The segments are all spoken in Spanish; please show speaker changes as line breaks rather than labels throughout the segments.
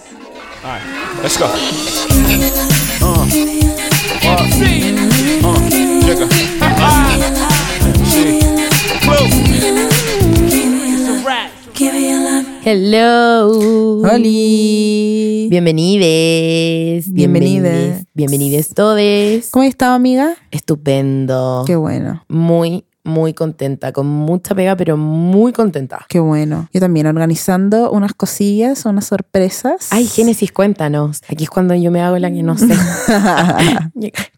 All right, let's go. Uh, uh, uh, jigger.
Hello.
¡Holi!
Bienvenides.
Bienvenide.
Bienvenides todes.
¿Cómo has estado, amiga?
Estupendo.
Qué bueno,
Oh. Muy, muy contenta. Con mucha pega, pero muy contenta.
qué bueno. Yo también organizando unas cosillas, unas sorpresas.
Ay, Génesis, cuéntanos. Aquí es cuando yo me hago la que no sé.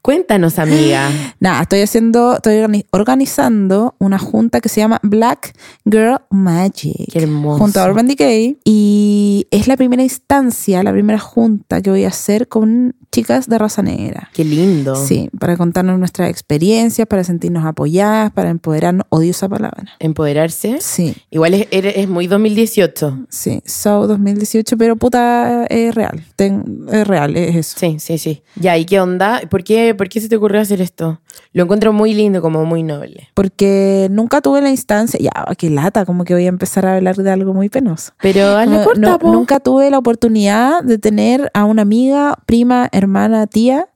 cuéntanos, amiga.
Nada, estoy haciendo, estoy organi- organizando una junta que se llama Black Girl Magic.
Qué hermoso.
Junto a Urban Decay. Y es la primera instancia, la primera junta que voy a hacer con chicas de raza negra.
Qué lindo.
Sí, para contarnos nuestras experiencias, para sentirnos apoyadas, para empoderarnos. Odio esa palabra.
Empoderarse.
Sí,
Igual es, eres- es muy 2018.
sí. So 2018, pero puta, es real. Ten- es real, es eso.
Sí, sí, sí. Ya, ¿y qué onda? ¿Por qué, ¿Por qué se te ocurrió hacer esto? Lo encuentro muy lindo, como muy noble.
Porque nunca tuve la instancia, ya, oh, qué lata, como que voy a empezar a hablar de algo muy penoso.
Pero a la
No-
corta,
no-
po.
nunca tuve la oportunidad de tener a una amiga, prima, hermana, tía,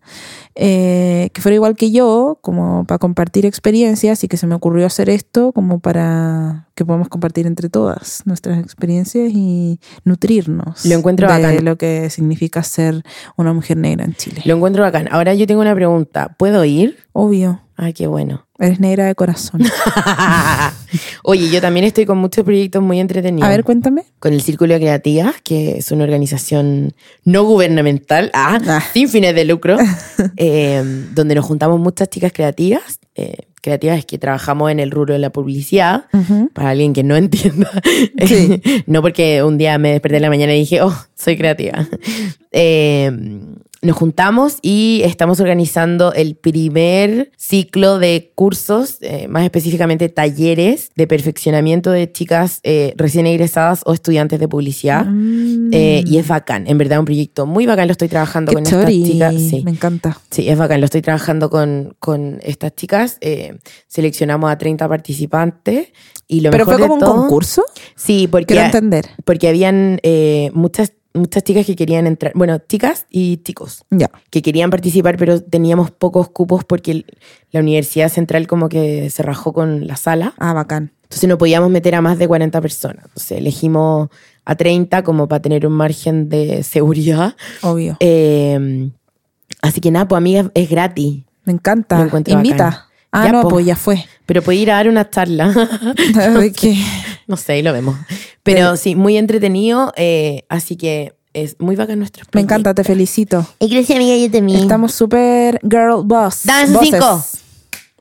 eh, que fuera igual que yo, como para compartir experiencias y que se me ocurrió hacer esto como para que podamos compartir entre todas nuestras experiencias y nutrirnos
Lo encuentro
de
bacán.
lo que significa ser una mujer negra en Chile.
Lo encuentro bacán. Ahora yo tengo una pregunta. ¿Puedo ir?
Obvio,
Ay, qué bueno.
eres negra de corazón.
Oye, yo también estoy con muchos proyectos muy entretenidos.
a ver, cuéntame.
con el Círculo de Creativas, que es una organización no gubernamental, ah,
Ah.
sin fines de lucro, eh, donde nos juntamos muchas chicas creativas, eh, creativas es que trabajamos en el rubro de la publicidad,
Ujú.
para alguien que no entienda.
Sí.
no porque un día me desperté en la mañana y dije, oh, soy creativa. Eh, nos juntamos y estamos organizando el primer ciclo de cursos, eh, más específicamente talleres de perfeccionamiento de chicas eh, recién egresadas o estudiantes de publicidad.
Mm.
Eh, y es bacán, en verdad un proyecto muy bacán, lo estoy trabajando
Qué
con
chori,
estas chicas. Sí.
Me encanta.
Sí, es bacán, lo estoy trabajando con, con estas chicas. eh, seleccionamos a 30 participantes y lo
Pero
mejor
fue como
de
un
todo-
concurso.
Sí, porque,
Quiero entender.
porque habían eh, muchas, muchas chicas que querían entrar, bueno, chicas y chicos
Ya.
que querían participar, pero teníamos pocos cupos porque el- la Universidad Central como que se rajó con la sala.
Ah, bacán.
Entonces no podíamos meter a más de 40 personas. Entonces elegimos a 30 como para tener un margen de seguridad.
Obvio.
Eh, así que nada, pues amigas, es gratis.
me encanta.
lo encuentro
Invita.
bacán.
Ah,
Ya,
no,
po.
pues ya fue.
Pero puede ir a dar una charla.
¿De qué?
no sé, ahí lo vemos. Pero sí, muy entretenido. eh, así que es muy bacán nuestro
Me encanta, te felicito.
Y gracias, amiga, yo también.
Estamos súper girl boss.
Dame esos
Bosses.
cinco.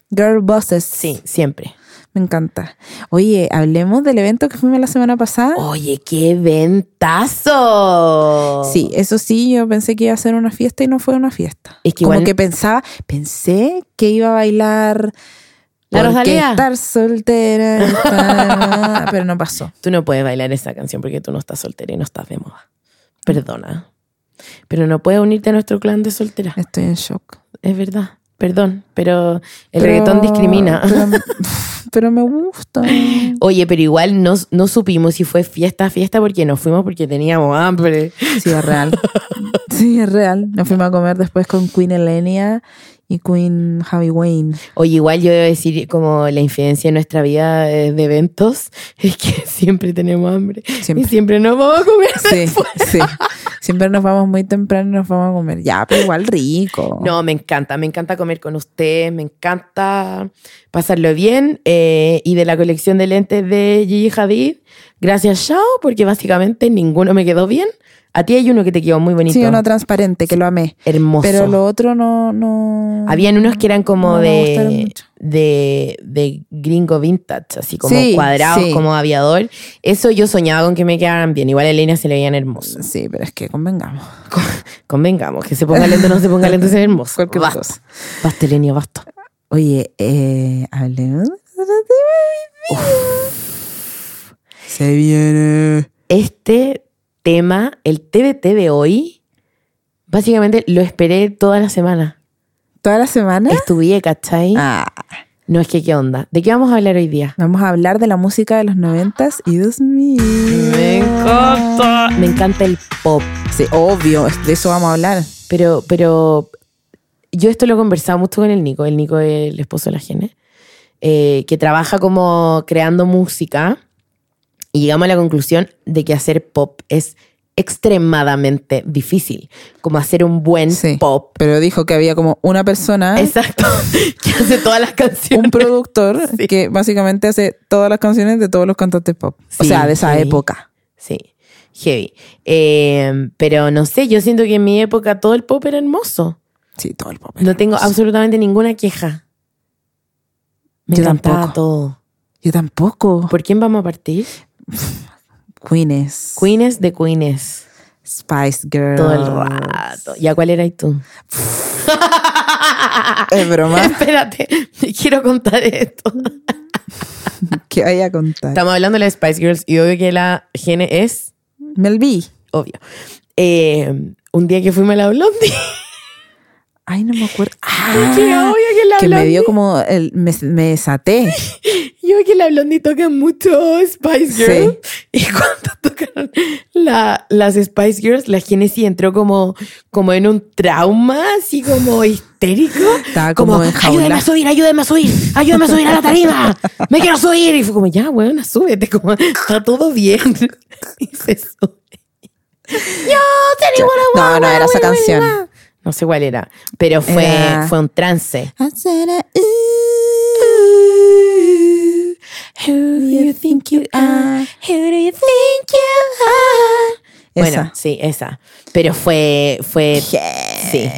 Girl bosses.
Sí, siempre.
Me encanta. Oye, hablemos del evento que fuimos la semana pasada.
Oye, qué ventazo.
Sí, eso sí, yo pensé que iba a ser una fiesta y no fue una fiesta.
Es que
Como
igual-
que pensaba, pensé que iba a bailar
¿La
porque
Rosalía?
estar soltera, está- pero no pasó.
Tú no puedes bailar esa canción porque tú no estás soltera y no estás de moda. Perdona. Pero no puedes unirte a nuestro clan de soltera.
Estoy en shock.
Es verdad. Perdón, pero el
Pero-
reggaetón discrimina.
Pero, pero me gusta.
Oye, pero igual no, no supimos si fue fiesta, fiesta, porque nos fuimos porque teníamos hambre.
Sí, es real. Sí, es real. Nos fuimos a comer después con Queen Elenia y Queen Javi Wayne.
Oye, igual yo debo decir como la infidencia en nuestra vida eh, de eventos es que siempre tenemos hambre y
Siempre.
siempre nos vamos a comer.
Sí, sí. Siempre nos vamos muy temprano y nos vamos a comer. Ya, pero igual rico.
No, me encanta, me encanta comer con ustedes, me encanta pasarlo bien. eh, y de la colección de lentes de Gigi Hadid, gracias Shao, porque básicamente ninguno me quedó bien. A ti hay uno que te quedó muy bonito,
Sí, uno transparente, que lo amé.
hermoso.
Pero lo otro no, no.
Habían unos que eran como
No me gustaron
de,
mucho.
de, de gringo vintage, así como
Sí,
cuadrados,
sí.
como aviador. Eso yo soñaba con que me quedaran bien. Igual a Elena se le veían hermosos.
Sí, pero es que convengamos.
Convengamos, que se ponga lento o no se ponga lento, se ve hermoso.
Cualquier
basta,
cosa.
basta, Elenia, basta.
Oye, eh, hablemos. Se viene.
Este tema, el TBT de hoy, básicamente lo esperé toda la semana.
¿Toda la semana?
Estudié, ¿cachai?
Ah,
No es que qué onda. ¿De qué vamos a hablar hoy día?
Vamos a hablar de la música de los noventas y 2000.
Me encanta el pop.
Sí, obvio, es- de eso vamos a hablar.
Pero, pero yo esto lo he conversado mucho con el Nico, el Nico es el esposo de la Gene, eh, que trabaja como creando música y llegamos a la conclusión de que hacer pop es extremadamente difícil, como hacer un buen
Sí.
pop.
Pero dijo que había como una persona,
Exacto, que hace todas las canciones.
un productor
Sí.
que básicamente hace todas las canciones de todos los cantantes pop. o
Sí,
sea, de esa
sí.
época.
Sí, heavy. Eh, pero no sé, yo siento que en mi época todo el pop era hermoso.
Sí, todo el pop.
No tengo absolutamente ninguna queja. Me
Yo
encantaba
tampoco.
todo.
Yo tampoco.
¿Por quién vamos a partir?
Queenes.
Queenes de Queenes.
Spice Girl.
Todo el
Ah.
rato. ¿Y a cuál eras tú? Ah.
Es broma
Espérate, quiero contar esto.
que vaya a contar.
Estamos hablando de las Spice Girls y obvio que la gene es,
Mel B.
obvio. Eh, un día que fuimos a la Blondie.
Ay, no me acuerdo.
que
Ah,
obvio que la
que me
Blondie.
dio como el, me, me desaté.
Yo que la Blondie toca mucho Spice Girls. Y cuando tocaron la- las Spice Girls, la Genesis entró como, como en un trauma, así como histérico.
Estaba como enjaulada.
ayúdame a subir, ayúdame a subir, ayúdame a subir a la tarima. Me quiero subir. Y fue como, ya, weona, súbete. Como, está todo bien. Y se sube. Yo tenía una
No, no, era esa canción.
No sé cuál era, pero fue,
Era-
fue un trance.
Ah, uh.
Who do you think you are? Who do you think you are? Bueno,
Esa.
sí, esa. Pero fue, fue, sí.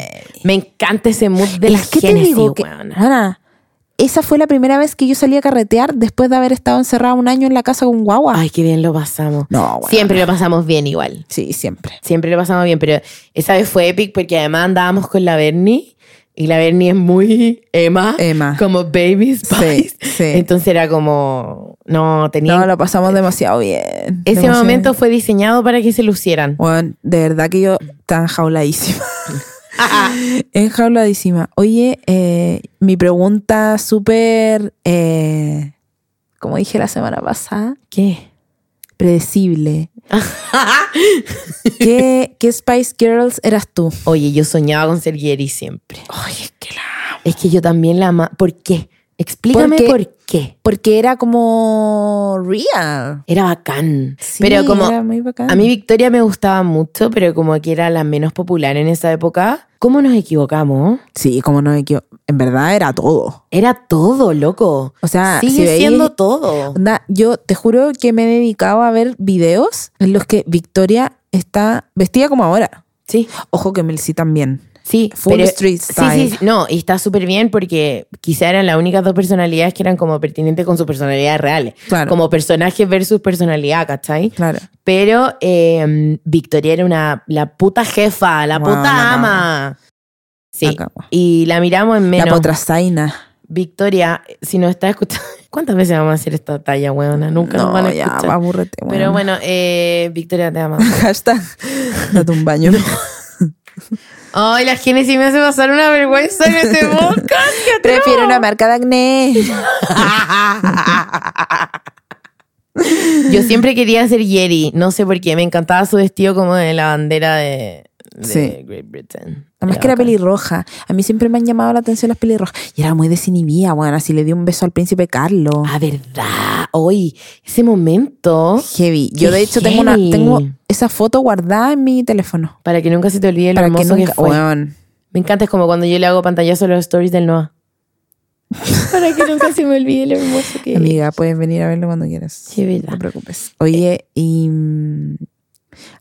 Me encanta ese mood de la
Es que
Genesis,
que-
weona.
Ana, esa fue la primera vez que yo salí a carretear después de haber estado encerrada un año en la casa con guagua.
Ay, qué bien lo pasamos.
No, weona.
Siempre lo pasamos bien igual.
Sí, siempre.
Siempre lo pasamos bien, pero esa vez fue epic porque además andábamos con la Bernie y la Bernie es muy Emma,
Emma.
como Baby Spice.
Sí, sí.
Entonces era como, no, tenía...
No, lo pasamos demasiado bien.
ese
Demasiado
momento
bien.
fue diseñado para que se lucieran.
Bueno, de verdad que yo tan jauladísima. Enjauladísima. Oye, eh, mi pregunta súper, eh, como dije la semana pasada,
¿Qué?
predecible. ¿Qué, ¿Qué Spice Girls eras tú?
Oye, yo soñaba con ser Yeri siempre.
Oye, que la
Es que yo también la amaba. ¿Por qué? Explícame
Porque-
por qué.
Porque era como real.
Era bacán.
Sí,
pero como
era muy bacán.
a mí Victoria me gustaba mucho, pero como que era la menos popular en esa época. ¿Cómo nos equivocamos?
Sí, como no me equivoco. En verdad era todo.
Era todo, loco.
O sea, si
sigue
veis-
siendo todo.
Onda, yo te juro que me he dedicado a ver videos en los que Victoria está vestida como ahora.
Sí,
Ojo que Melcy también.
sí.
Full street
sí, Sí,
style.
sí, no, y está súper bien porque quizá eran las únicas dos personalidades que eran como pertinentes con sus personalidades reales.
Claro.
Como personajes versus personalidad, ¿cachai?
Claro.
Pero eh, Victoria era una la puta jefa, la
Wow, la
puta ama. Sí.
La cagua.
Y la miramos en menos.
La potrasaina.
Victoria, si nos está escuchando. ¿Cuántas veces vamos a hacer esta talla, weona? Nunca nos van a
ya,
escuchar.
aburrete.
Pero bueno, eh, Victoria te ama.
Hashtag. Date un baño.
Ay, la Génesis me hace pasar una vergüenza en este podcast. qué atroz.
Prefiero una marca de acné.
Yo siempre quería ser Yeri, no sé por qué. Me encantaba su vestido como de la bandera de, de
Sí.
Great Britain.
Además
Era
que era
bacán.
pelirroja. A mí siempre me han llamado la atención las pelirrojas. Y era muy desinhibida, bueno, así le dio un beso al príncipe Carlos.
Ah, verdad. Hoy, ese momento.
Heavy. Yo
Ah, Qué
de hecho tengo una,
heavy.
tengo esa foto guardada en mi teléfono.
Para que nunca se te olvide lo
Para que
hermoso que,
nunca.
fue.
Weón.
Me encanta, es como cuando yo le hago pantallazo a los stories del Noah. Para que nunca se me olvide lo hermoso que
Amiga, puedes venir a verlo cuando quieras.
Sí,
No
verdad.
te preocupes. Oye, ¿y mm,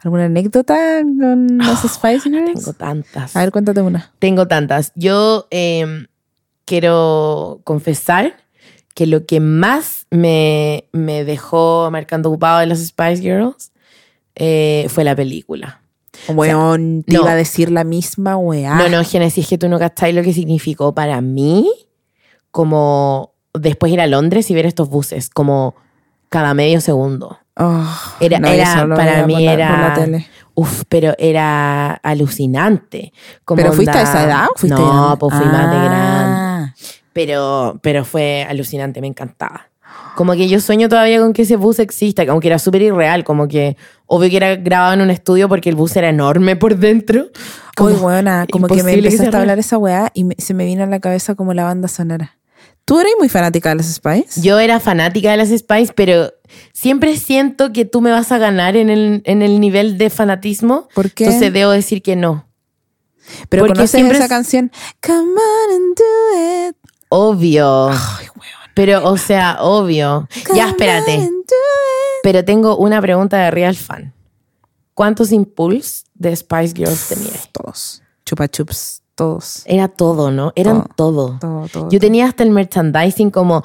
alguna anécdota con los Spice Girls?
Ah, Tengo tantas.
A ver, cuéntate una.
Tengo tantas. Yo eh, quiero confesar que lo que más me, me dejó marcando ocupado de las Spice Girls eh, fue la película.
Weón, te
no.
iba a decir la misma weá.
No, no, Genesis, es que tú no cacháis lo que significó para mí, como después ir a Londres y ver estos buses, como cada medio segundo.
Oh,
Era-
yo
era-
solo
para
veía
mí
por la-
era-
por la tele.
Uf, pero era alucinante. como
¿Pero fuiste a
onda-
esa edad o fuiste
No,
grande?
pues fui más de grande.
Ah,
Pero, pero fue alucinante, me encantaba. Como que yo sueño todavía con que ese bus exista, aunque era súper irreal, como que obvio que era grabado en un estudio porque el bus era enorme por dentro.
Como, buena, como que me
imposible
empezaste
sea
a hablar esa weá y me- se me vino a la cabeza como la banda sonora. ¿Tú eres muy fanática de las Spice?
Yo era fanática de las Spice, pero siempre siento que tú me vas a ganar en el, en el nivel de fanatismo.
¿Por qué?
Entonces debo decir que no.
Pero
porque
conoces
siempre
esa
es-
canción. Come on and do it.
Obvio.
Ay, weón.
Pero, o sea, obvio.
Come
Ya,
on
espérate.
and do it.
Pero tengo una pregunta de Real Fan. ¿Cuántos impulse de Spice Girls tenías?
Todos. Chupa chups. Todos.
Era todo, ¿no? Eran todo.
Todo, todo.
Eh, Yo tenía hasta el merchandising como...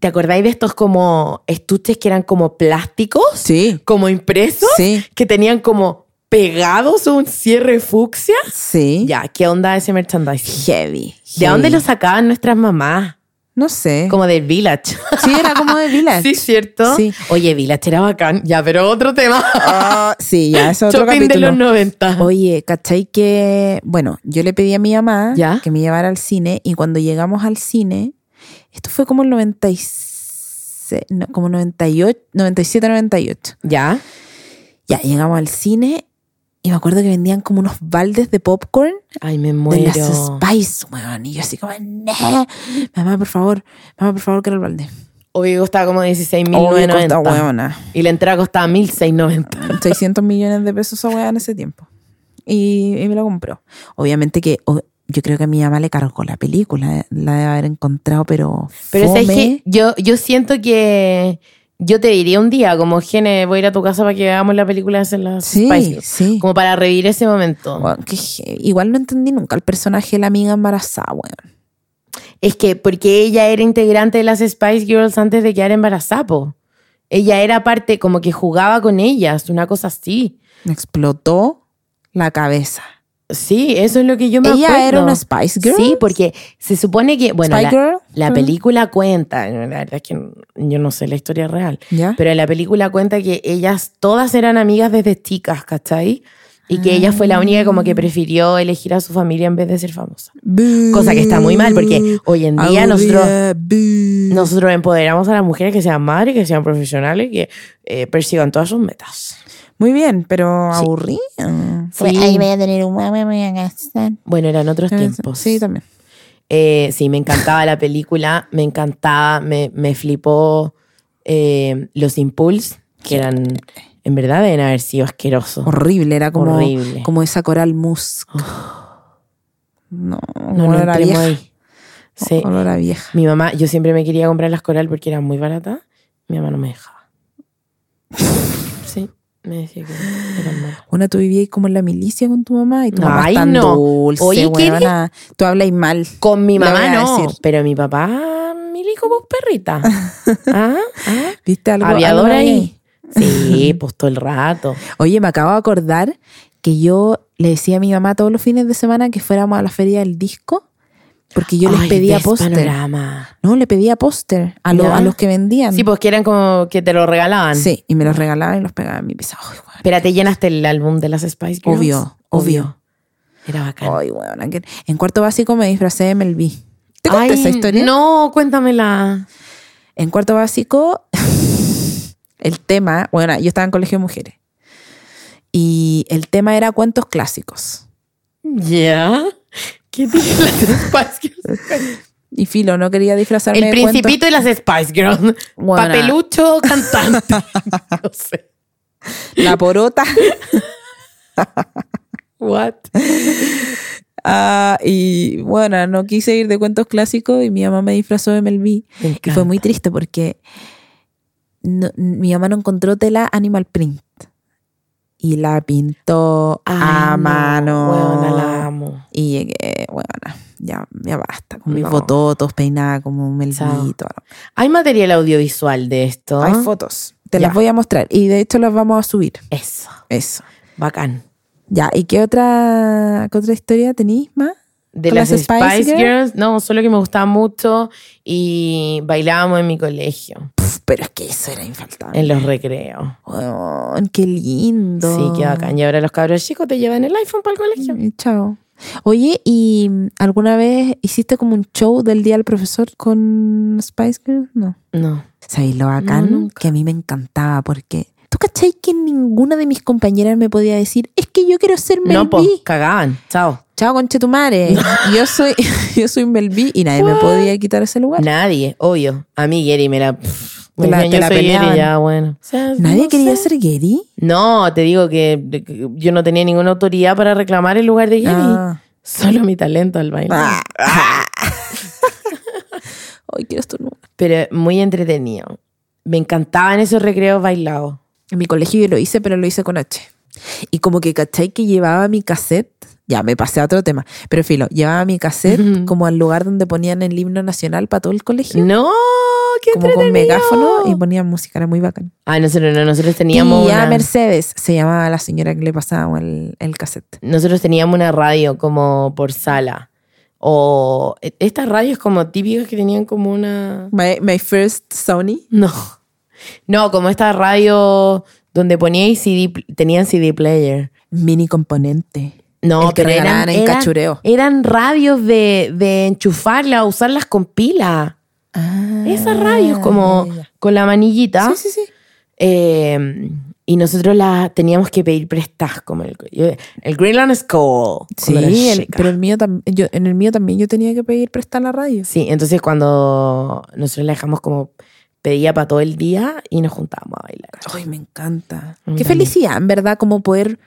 ¿Te acordáis de estos como estuches que eran como plásticos?
Sí.
Como impresos.
Sí.
Que tenían como pegados un cierre fucsia.
Sí.
Ya, ¿qué onda ese merchandising?
Heavy.
¿De
heavy.
dónde lo sacaban nuestras mamás?
No sé.
Como del Village.
Sí, era como de Village.
Sí, ¿cierto?
Sí.
Oye, Village era bacán. Ya, pero otro tema.
Ah, sí, ya, es otro
Shopping de
capítulo.
los 90.
Oye, ¿cachai que? Bueno, yo le pedí a mi mamá
¿Ya?
que me llevara al cine y cuando llegamos al cine, esto fue como el 96, no, como 98, 97, 98.
¿Ya?
Ya, llegamos al cine y me acuerdo que vendían como unos baldes de popcorn
Ay, me muero.
de las Spice, weón. Y yo así como, "Nee". mamá, por favor, mamá, por favor, quiero el balde.
Obvio costaba como
Obvio, costa
16.990.
weona.
Y la entrada costaba 1.690.
600 millones de pesos esa weá en ese tiempo. Y, y me lo compró. Obviamente que o- yo creo que a mi mamá le cargó la película, eh, la debe haber encontrado, pero.
Pero
fome.
sabes que yo, yo siento que yo te diría un día, como Gene, voy a ir a tu casa para que veamos la película de las
Sí,
Spice Girls.
sí.
Como para revivir ese momento.
Weón, qué heavy. Igual no entendí nunca el personaje de la amiga embarazada, weón.
Es que porque ella era integrante de las Spice Girls antes de quedar embarazada. po. Ella era parte, como que jugaba con ellas, una cosa así.
Me explotó la cabeza.
Sí, eso es lo que yo me
¿Ella
acuerdo.
era una Spice Girl?
Sí, porque se supone que, bueno,
Spy Girl.
la, la
Mm.
película cuenta, la verdad es que yo no sé la historia real,
¿Ya?
pero la película cuenta que ellas todas eran amigas desde chicas, ¿cachai? Y que ella fue la única como que prefirió elegir a su familia en vez de ser famosa. Cosa que está muy mal, porque hoy en día nosotros-
nosotros.
Nosotros empoderamos a las mujeres que sean madres, que sean profesionales, que eh, persigan todas sus metas.
Muy bien, pero aburrido.
Fue, "Ay, voy Bueno, eran otros tiempos.
Sí, también.
Eh, sí, me encantaba la película, me encantaba, me, me flipó eh, los Impulse, que eran, en verdad deben haber sido asquerosos.
Horrible, era como,
Horrible.
como esa coral musk. No,
No, no
olor a
entremos
vieja.
ahí. Sí.
Olor a vieja.
Mi mamá, yo siempre me quería comprar las coral porque eran muy baratas. Mi mamá no me dejaba. Sí, me decía que eran malas.
Bueno, tú vivías como en la milicia con tu mamá y tu mamá
Ay,
es tan
no.
dulce,
Oye, ¿qué
weona. Tú hablas mal.
Con mi
Lo
mamá
voy a
no,
decir.
pero mi papá, milico vos perrita. ¿Ah? ¿Ah?
¿Viste algo?
Aviador
algo
ahí. Sí, pues todo el rato.
Oye, me acabo de acordar que yo le decía a mi mamá todos los fines de semana que fuéramos a la feria del disco porque yo les
Ay,
pedía
ves
póster.
panorama.
No, le pedía póster a, lo-
Ya.
a los que vendían.
Sí, pues que eran como que te lo regalaban.
Sí, y me los regalaban y los pegaba en mi pieza. Ay, weona.
Pero te llenaste el álbum de las Spice Girls.
Obvio, obvio.
Era bacán.
Ay, weón. En cuarto básico me disfracé de Mel B. ¿Te conté
Ay,
esa historia?
No, cuéntamela.
En cuarto básico, el tema, bueno, yo estaba en colegio de mujeres. Y el tema era cuentos clásicos.
¿Ya? ¿Qué tiene las Spice Girls?
Y filo, no quería disfrazarme
El
de cuentos-
Principito y las Spice Girls.
Buena.
Papelucho cantante. no sé.
La porota.
What?
Ah, y bueno, no quise ir de cuentos clásicos y mi mamá me disfrazó de Mel
Me
B. Que
encanta.
fue muy triste porque no- mi mamá no encontró tela animal print. Y la pintó
Ay,
a
Ah, no,
mano.
huevona, la amo.
Y llegué, bueno, ya, ya basta, con mis
No.
fototos, peinada como un melvito.
Hay material audiovisual de esto.
Hay fotos, ¿Ah? te
Ya.
las voy a mostrar y de hecho las vamos a subir.
Eso.
Eso.
Bacán.
Ya, ¿y qué otra, qué otra historia tenéis más?
De
¿Con
las
las
Spice,
Spice
Girls?
Girls?
no, solo que me gustaba mucho y bailábamos en mi colegio,
Puf, pero es que eso era infaltable.
en los recreos.
Weón, qué lindo.
Sí, qué bacán. Y ahora los cabros chicos te llevan el iPhone para el colegio.
Y Eh, Chao. Oye, ¿y alguna vez hiciste como un show del Día del Profesor con Spice Girls? No.
No.
¿Sabéis lo bacán?
No, nunca.
que a mí me encantaba porque... ¿Tú cachai que ninguna de mis compañeras me podía decir es que yo quiero ser Mel
No,
B"?
pues, cagaban. Chao.
Chao conchetumare. Yo soy, yo soy Mel B y nadie me podía quitar ese lugar.
Nadie, obvio. A mí Yeri me la... pff, me
Te la-
decían,
te
yo
la
soy Yeri,
peleaban.
ya, bueno. O sea,
Nadie
no
quería
sé.
ser Gary.
No, te digo que de- que yo no tenía ninguna autoridad para reclamar el lugar de Yeri.
Ah.
Solo mi talento al baile.
Ay, quiero estornudar.
Pero muy entretenido. Me encantaban esos recreos bailados.
En mi colegio yo lo hice, pero lo hice con H. Y como que, ¿cachai? Que llevaba mi cassette. Ya, me pasé a otro tema. Pero filo, llevaba mi cassette
Ujú.
como al lugar donde ponían el himno nacional para todo el colegio.
No, qué
como con
entretenido.
megáfono y ponían música, era muy bacán.
Ah, nosotros no, nosotros
Tía
teníamos una-
Mercedes se llamaba la señora que le pasaba el, el cassette.
nosotros teníamos una radio como por sala. O e- estas radios como típicas que tenían como una
My, my first Sony.
no. No, como esta radio donde poníais CD, pl- tenían CD player.
mini componente.
No,
El que
pero eran,
regalaban en
eran-
cachureo.
eran radios de, de enchufarla, usarlas con pila. Esas radios como
Ah, ya, ya.
con la manillita.
Sí, sí, sí.
Eh, y nosotros las teníamos que pedir prestadas, como el, yo- el Greenland School.
Sí,
cuando era
el-
chica.
pero el mío tam- yo, en el mío también yo tenía que pedir prestar la radio.
Sí, entonces cuando nosotros la dejamos como pedía para todo el día y nos juntábamos a bailar.
Ay, me encanta.
A mí
Qué
también.
felicidad, en verdad, como poder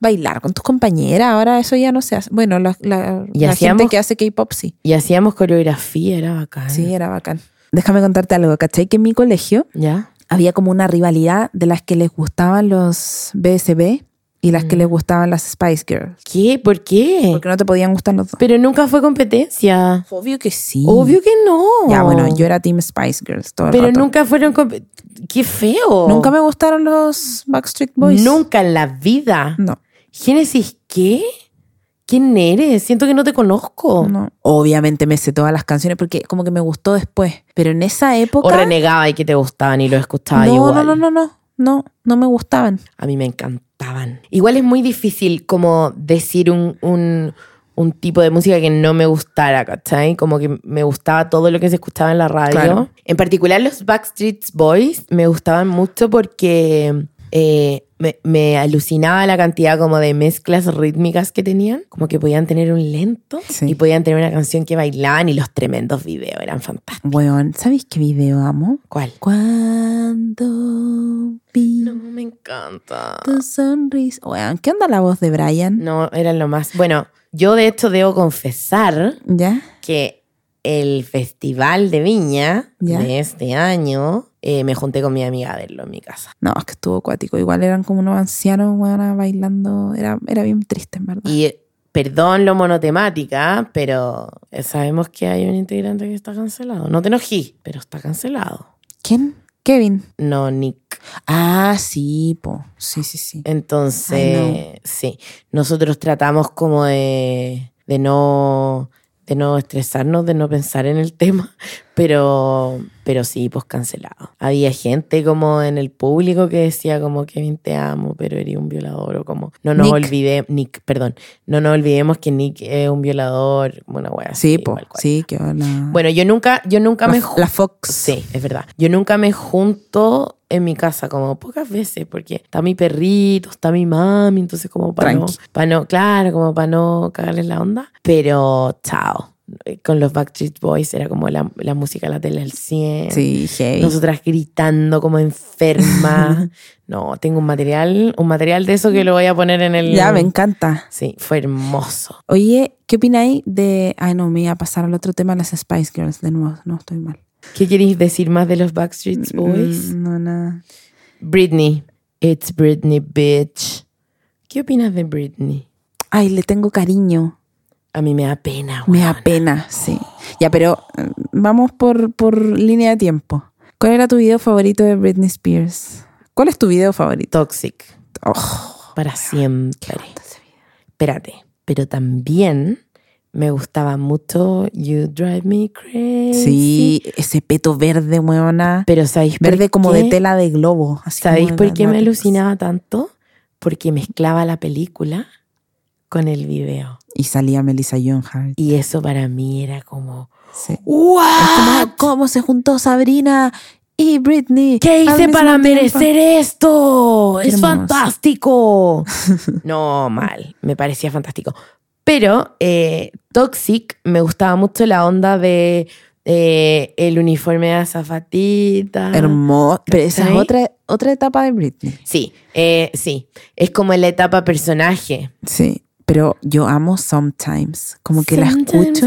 bailar con tus compañeras. Ahora eso ya no se hace. Bueno, la, la-
Y
la
hacíamos-
gente que hace K-pop sí.
Y hacíamos coreografía, era bacán.
Sí, era bacán. Déjame contarte algo, ¿cachai? Que en mi colegio
¿Ya?
había como una rivalidad de las que les gustaban los BSB y las que les gustaban las Spice Girls.
¿Qué? ¿Por qué?
Porque no te podían gustar los dos.
Pero nunca fue competencia.
Obvio que sí.
Obvio que no.
Ya, bueno, yo era Team Spice Girls todo el
Pero
rato.
nunca fueron... compe- ¡Qué feo!
Nunca me gustaron los Backstreet Boys.
Nunca en la vida.
No,
Génesis, ¿qué? ¿Quién eres? Siento que no te conozco.
no. Oh, Obviamente me sé todas las canciones porque como que me gustó después. Pero en esa época.
O renegaba y que te gustaban y lo escuchaba
no,
igual.
no, no, no, no. No, no me gustaban.
A mí me encantaban. Igual es muy difícil como decir un, un- un tipo de música que no me gustara, ¿cachai? Como que me gustaba todo lo que se escuchaba en la radio.
Claro.
En particular los Backstreet Boys me gustaban mucho porque eh, me, me alucinaba la cantidad como de mezclas rítmicas que tenían. Como que podían tener un lento
Sí.
y podían tener una canción que bailaban y los tremendos videos eran fantásticos.
Weón, ¿sabéis qué video amo?
¿Cuál?
Cuando vi
No, me encanta.
tu sonrisa. Weón, ¿qué onda la voz de Brian?
No, eran lo más. Bueno, yo de hecho debo confesar
¿Ya?
que el Festival de Viña
Ya.
de este año eh, me junté con mi amiga a verlo en mi casa.
No, es que estuvo acuático. Igual eran como unos ancianos, weón, ah, bailando. Era, era bien triste, en verdad.
Y eh, perdón lo monotemática, pero eh, sabemos que hay un integrante que está cancelado. No te enojí, pero está cancelado.
¿Quién? Kevin.
No, Nick.
Ah, sí, po. Eh, Sí, sí, sí.
Entonces, sí, nosotros tratamos como de, de no de no estresarnos, de no pensar en el tema, pero pero sí, pues cancelado. Había gente como en el público que decía como Kevin te amo, pero eres un violador o como no nos
Nick.
olvidemos Nick, perdón, no nos olvidemos que Nick es un violador, como una wea
Sí,
así,
po.
tal cual.
Sí, que hola.
Bueno, yo nunca yo nunca
la,
me ju-
la Fox.
Sí, es verdad. Yo nunca me junto en mi casa, como pocas veces, porque está mi perrito, está mi mami, entonces como para no,
Tranqui.
pa' no, claro, como para no cagarles la onda. Pero chao. Con los Backstreet Boys era como la, la música la tele al 100.
Sí, heavy.
Nosotras gritando como enfermas. no, tengo un material, un material de eso que lo voy a poner en el...
ya, me encanta.
Sí, fue hermoso.
Oye, ¿qué opináis de. Ay, no, me iba a pasar al otro tema, las Spice Girls, de nuevo. No, estoy mal.
¿Qué queréis decir más de los Backstreet Boys?
Mm, No, nada.
Britney. It's Britney, bitch. ¿Qué opinas de Britney?
Ay, le tengo cariño.
A mí me da pena, güey.
Me da pena, sí. Ya, pero eh, vamos por, por línea de tiempo. ¿Cuál era tu video favorito de Britney Spears? ¿Cuál es tu video favorito?
Toxic.
Oh,
Para siempre.
ese video.
Espérate. Pero también me gustaba mucho You Drive Me Crazy.
sí, ese peto verde, weona.
Pero ¿sabéis por
Verde como de
qué?
tela de globo. así como
¿Sabéis
de
por qué me
látex.
alucinaba tanto? Porque mezclaba la película con el video.
Y salía Melissa John Hart.
Y eso para mí era como,
Sí.
¡Wow!
Es como, Ah, ¿Cómo se juntó Sabrina y Britney?
¿Qué
al
hice
mismo
para
tiempo?
merecer esto?
Qué
¡Es
hermoso.
fantástico! No, mal, me parecía fantástico. Pero eh, Toxic me gustaba mucho la onda de eh, el uniforme de azafatita.
Hermoso. Pero esa es
¿Cachai?
otra, otra etapa de Britney.
Sí, eh, sí. Es como la etapa personaje.
Sí. Pero yo amo Sometimes. Como que la
Sometimes
escucho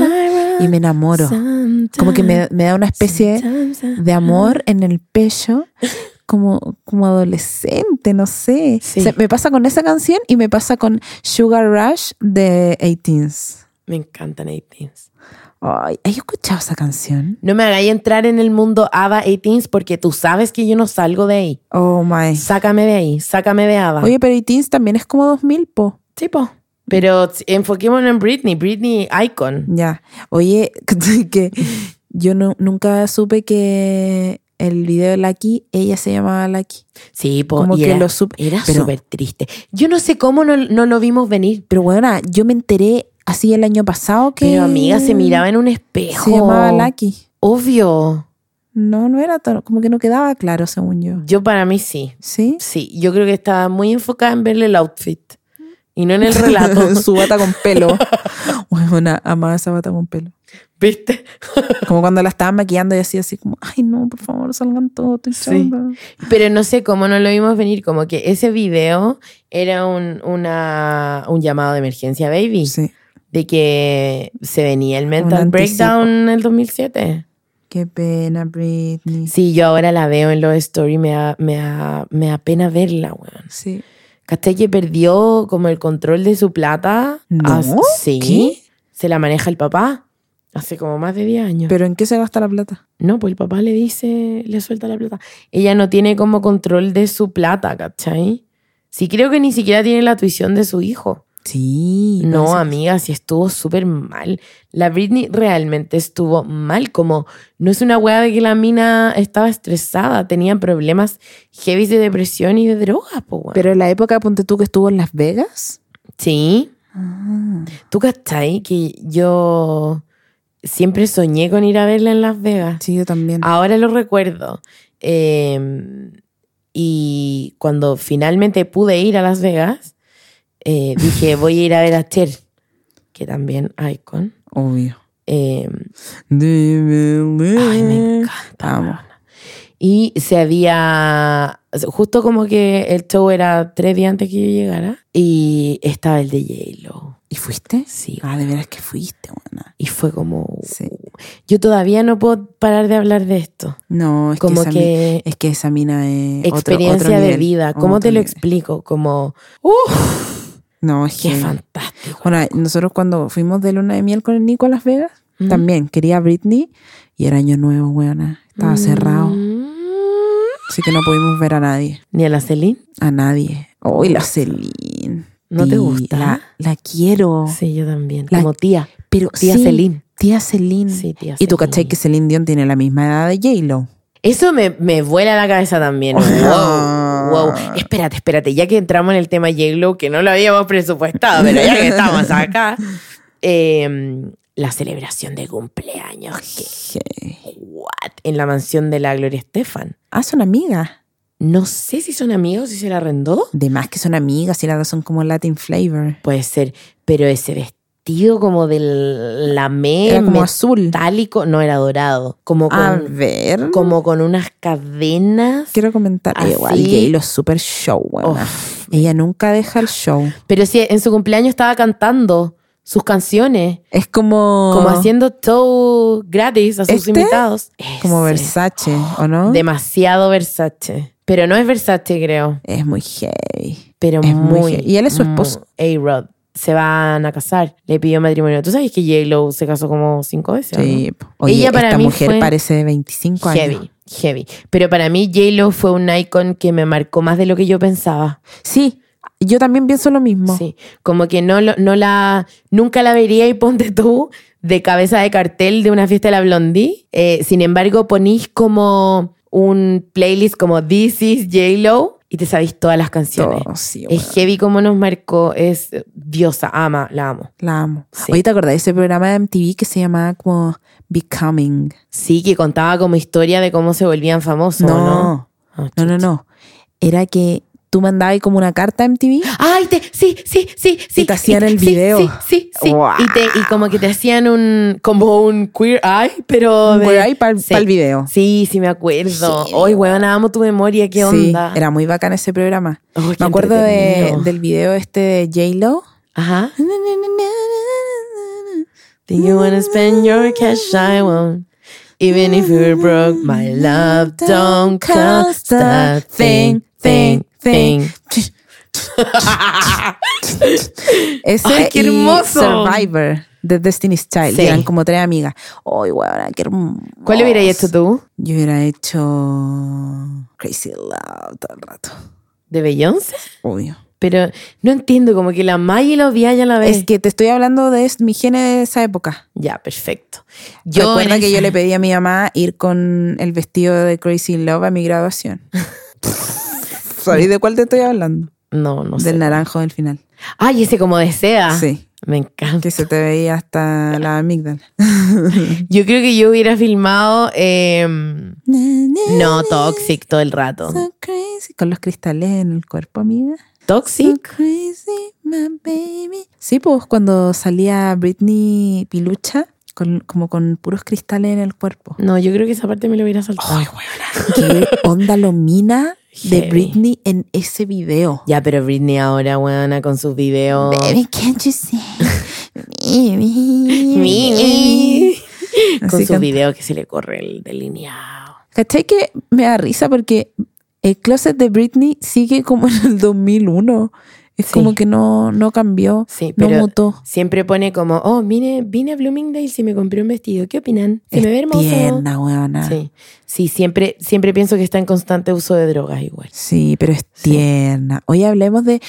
I
y me enamoro.
run,
Como que me,
sometimes,
me da una especie
sometimes I
de amor en el pecho como, como adolescente, no sé.
Sí.
O sea, me pasa con esa canción y me pasa con Sugar Rush de 18s.
Me encantan 18s.
Ay, ¿Has escuchado esa canción?
No me hagáis entrar en el mundo ABBA 18s porque tú sabes que yo no salgo de ahí.
Oh my.
Sácame de ahí, sácame de ABBA.
Oye, pero 18s también es como 2000, po.
tipo. Pero t- enfoquémonos en Britney, Britney Icon.
Ya. Oye, que yo no, nunca supe que el video de Lucky, ella se llamaba Lucky.
Sí, po,
Como
Oh, y
que
era,
lo supe.
era
pero-
súper triste. Yo no sé cómo no, no lo vimos venir.
Pero bueno, yo me enteré así el año pasado que...
Pero amiga, se miraba en un espejo.
Se llamaba Lucky.
Obvio.
No, no era tan, como que no quedaba claro, según yo.
Yo para mí sí.
¿Sí?
Sí, yo creo que estaba muy enfocada en verle el outfit y no en el relato.
Su bata con pelo. Bueno, amaba esa bata con pelo.
¿Viste?
Como cuando la estaban maquillando y así, así como, ay no, por favor, salgan todos, estoy
Sí.
chamba".
Pero no sé cómo no lo vimos venir, como que ese video era un, una, un llamado de emergencia, baby,
Sí.
de que se venía el
Un
mental
anticipo.
breakdown en el 2007.
Qué pena, Britney.
Sí, yo ahora la veo en los stories, me da, me da- me da pena verla, weón.
Sí.
¿Cachai que perdió como el control de su plata?
No,
As- sí.
¿qué?
Se la maneja el papá hace como más de 10 años.
¿Pero en qué se gasta la plata?
No, pues el papá le dice, le suelta la plata. Ella no tiene como control de su plata, ¿cachai? Sí, creo que ni siquiera tiene la tuición de su hijo.
Sí.
No, amiga, sí estuvo súper mal. La Britney realmente estuvo mal, como no es una weá de que la mina estaba estresada, tenía problemas heavy de depresión y de drogas, po, weón.
Pero en la época, ponte tú que estuvo en Las Vegas.
Sí.
Ah.
¿Tú cachai que yo siempre soñé con ir a verla en Las Vegas?
Sí, yo también.
Ahora lo recuerdo. Eh, y cuando finalmente pude ir a Las Vegas, eh, dije, voy a ir a ver a Cher, que también Icon.
Obvio.
Eh,
Ay,
ay,
Mm,
me encanta.
Amo.
weona. Y se había, justo como que el show era tres días antes que yo llegara, y estaba el de J-Lo.
¿Y fuiste?
Sí.
Ah, de veras que fuiste, buena.
Y fue como, uh,
Sí.
yo todavía no puedo parar de hablar de esto.
No, es
Como
que, esa mi-
que
es que esa mina es otro-
experiencia
otro
de
nivel,
vida. ¿Cómo
otro
te lo
nivel.
explico? Como,
No, es
qué
que
fantástico.
bueno, nosotros cuando fuimos de luna de miel con el Nico a Las Vegas, también quería a Britney y era año nuevo, weona. Estaba cerrado,
Mm.
así que no pudimos ver a nadie,
Ni a la Celine.
a nadie. Hoy la Celine.
¿No te
Ti,
gusta?
La, la quiero.
Sí, yo también.
La-
Como tía.
Pero
Tía
sí,
Celine.
Tía Celine.
Sí, tía
y tú
Celine.
cachai que Celine Dion tiene la misma edad de J-Lo.
Eso me, me vuela la cabeza también.
Ah.
Wow, wow. Espérate, espérate. Ya que entramos en el tema J-Lo, que no lo habíamos presupuestado, pero ya que estamos acá. eh, la celebración de cumpleaños. que-
Je.
what? En la mansión de la Gloria Estefan.
Ah, son amigas.
No sé si son amigos, si se la arrendó.
De más que son amigas y las dos son como Latin flavor.
Puede ser. Pero ese vestido como de la
Era como Ah,
media
azul.
metálico, no era dorado. Como con,
A ver.
como con unas cadenas.
Quiero comentar.
Así.
Igual J-Lo es super show, weona. Ella nunca deja el show.
Pero sí, en su cumpleaños estaba cantando sus canciones,
Es como.
como haciendo show gratis a sus
Oh. ¿Este?
invitados.
Como
Ese.
Versace, ¿o no?
Demasiado Versace. Pero no es Versace, creo.
es muy heavy.
Pero
Es muy
muy,
heavy. Y él es su esposo.
muy- A-Rod. Se van a casar. Le pidió matrimonio. ¿Tú sabes que J-Lo se casó como cinco veces? o no?
Sí. po. Oye,
Ella para
esta
mí
mujer
fue
parece de 25 años.
Heavy, heavy. Pero para mí J-Lo fue un icon que me marcó más de lo que yo pensaba.
Sí, yo también pienso lo mismo.
Sí, como que no, lo- no la, nunca la vería y ponte tú de cabeza de cartel de una fiesta de la Blondie. Eh, sin embargo, ponís como un playlist como This is J-Lo y te sabéis todas las canciones.
Todo, sí,
Es
weón.
heavy como nos marcó, es diosa, ama, la amo.
La amo.
Sí.
Oye, ¿te acordás de ese programa de MTV que se llamaba como Becoming?
Sí, que contaba como historia de cómo se volvían famosos, ¿o ¿no?
No,
Ah,
no, no, no. Era que tú mandabas como una carta a MTV.
Ay, te, sí, sí, sí, sí.
Y te hacían el
sí,
video.
Sí, sí, sí.
Wow.
Y, te- y como que te hacían un, como un queer eye, pero de-
Por ahí para el
Oh, sí.
video.
Sí, sí, me acuerdo.
Sí.
Hoy, weón, amo tu memoria, qué onda.
Sí, era muy bacán ese programa.
Ay, qué
Me acuerdo de-
entretenido.
del video este de J-Lo.
Ajá. Do you wanna spend your cash? I won't. Even if you're broke, my love don't cost a thing, thing, thing.
Ese
Ay, qué
y
hermoso.
Survivor de Destiny's Child.
Sí.
Eran como tres amigas. Ay, weona, qué hermoso.
¿Cuál hubieras hecho tú?
Yo hubiera hecho Crazy Love todo el rato.
¿De Beyoncé?
Obvio.
Pero no entiendo, como que la May y la odiáis a la vez.
Es que te estoy hablando de es- mi gene de esa época.
Ya, perfecto. Yo
Recuerda
en
que
esa-
yo le pedí a mi mamá ir con el vestido de Crazy Love a mi graduación. ¿Sabéis de cuál te estoy hablando?
No, no sé.
Del naranjo del final.
Ay, ese como desea.
Sí.
Me encanta.
Que se te veía hasta la amígdala.
Yo creo que yo hubiera filmado eh, No Toxic todo el rato.
So crazy. Con los cristales en el cuerpo, amiga. So
¿Toxic?
crazy, my baby. Sí, pues cuando salía Britney Pilucha, con, como con puros cristales en el cuerpo.
No, yo creo que esa parte me lo hubiera saltado.
¿Qué onda lo mina de
Heavy.
Britney en ese video?
Ya, pero Britney ahora, weona, con sus videos.
Baby, can't you see? Baby,
Mimi.
baby.
Con
Así
sus
canta.
videos que se le corre el delineado.
¿Cachai que me da risa porque el closet de Britney sigue como en el 2001? Es
Sí.
como que no, no cambió,
Sí,
no
pero
mutó.
siempre pone como, oh, vine, vine a Bloomingdale y me compré un vestido. ¿Qué opinan? Se me ve
Es
hermoso.
tierna, weona. Sí.
Sí, sí siempre, siempre pienso que está en constante uso de drogas igual.
pero es tierna. Hoy hablemos de,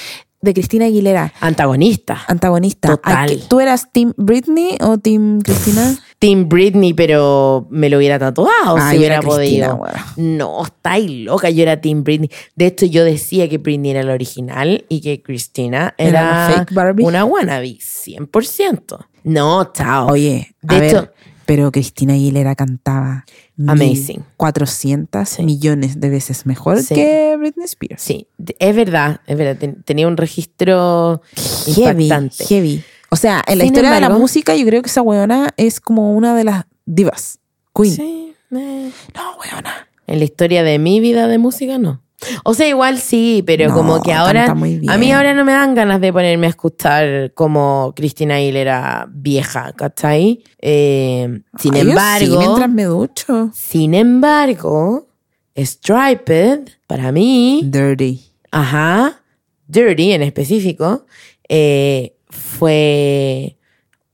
de Cristina Aguilera,
Antagonista.
antagonista. ¿A
Total.
qué- ¿Tú eras Team Britney o Team Cristina?
Team Britney, pero me lo hubiera tatuado
Ah,
si Oh,
yo
hubiera
era Cristina,
podido.
weona.
No, estáis loca, yo era Team Britney. De hecho, yo decía que Britney era la original y que Cristina
Era
era,
una fake Barbie.
una wannabe, 100%. No, chao.
Oye, a
De
ver,
hecho-
pero Cristina Aguilera cantaba mil
Amazing.
400 millones de veces mejor
Sí.
que Britney Spears.
Sí, de- es verdad, es verdad, ten- tenía un registro
Heavy,
impactante.
heavy. O sea, en la
Sin
historia de la
embargo-
música, yo creo que esa weona es como una de las divas. Queen.
Sí, eh.
No, weona.
En la historia de mi vida de música, no. O sea, igual sí, pero
No,
como que ahora.
canta muy bien.
A mí ahora no me dan ganas de ponerme a escuchar como Cristina Aguilera vieja, ¿cachai? Eh, sin
Ay, yo Sí,
embargo.
mientras me ducho.
Sin embargo, Striped, para mí,
Dirty.
ajá, Dirty en específico, eh, fue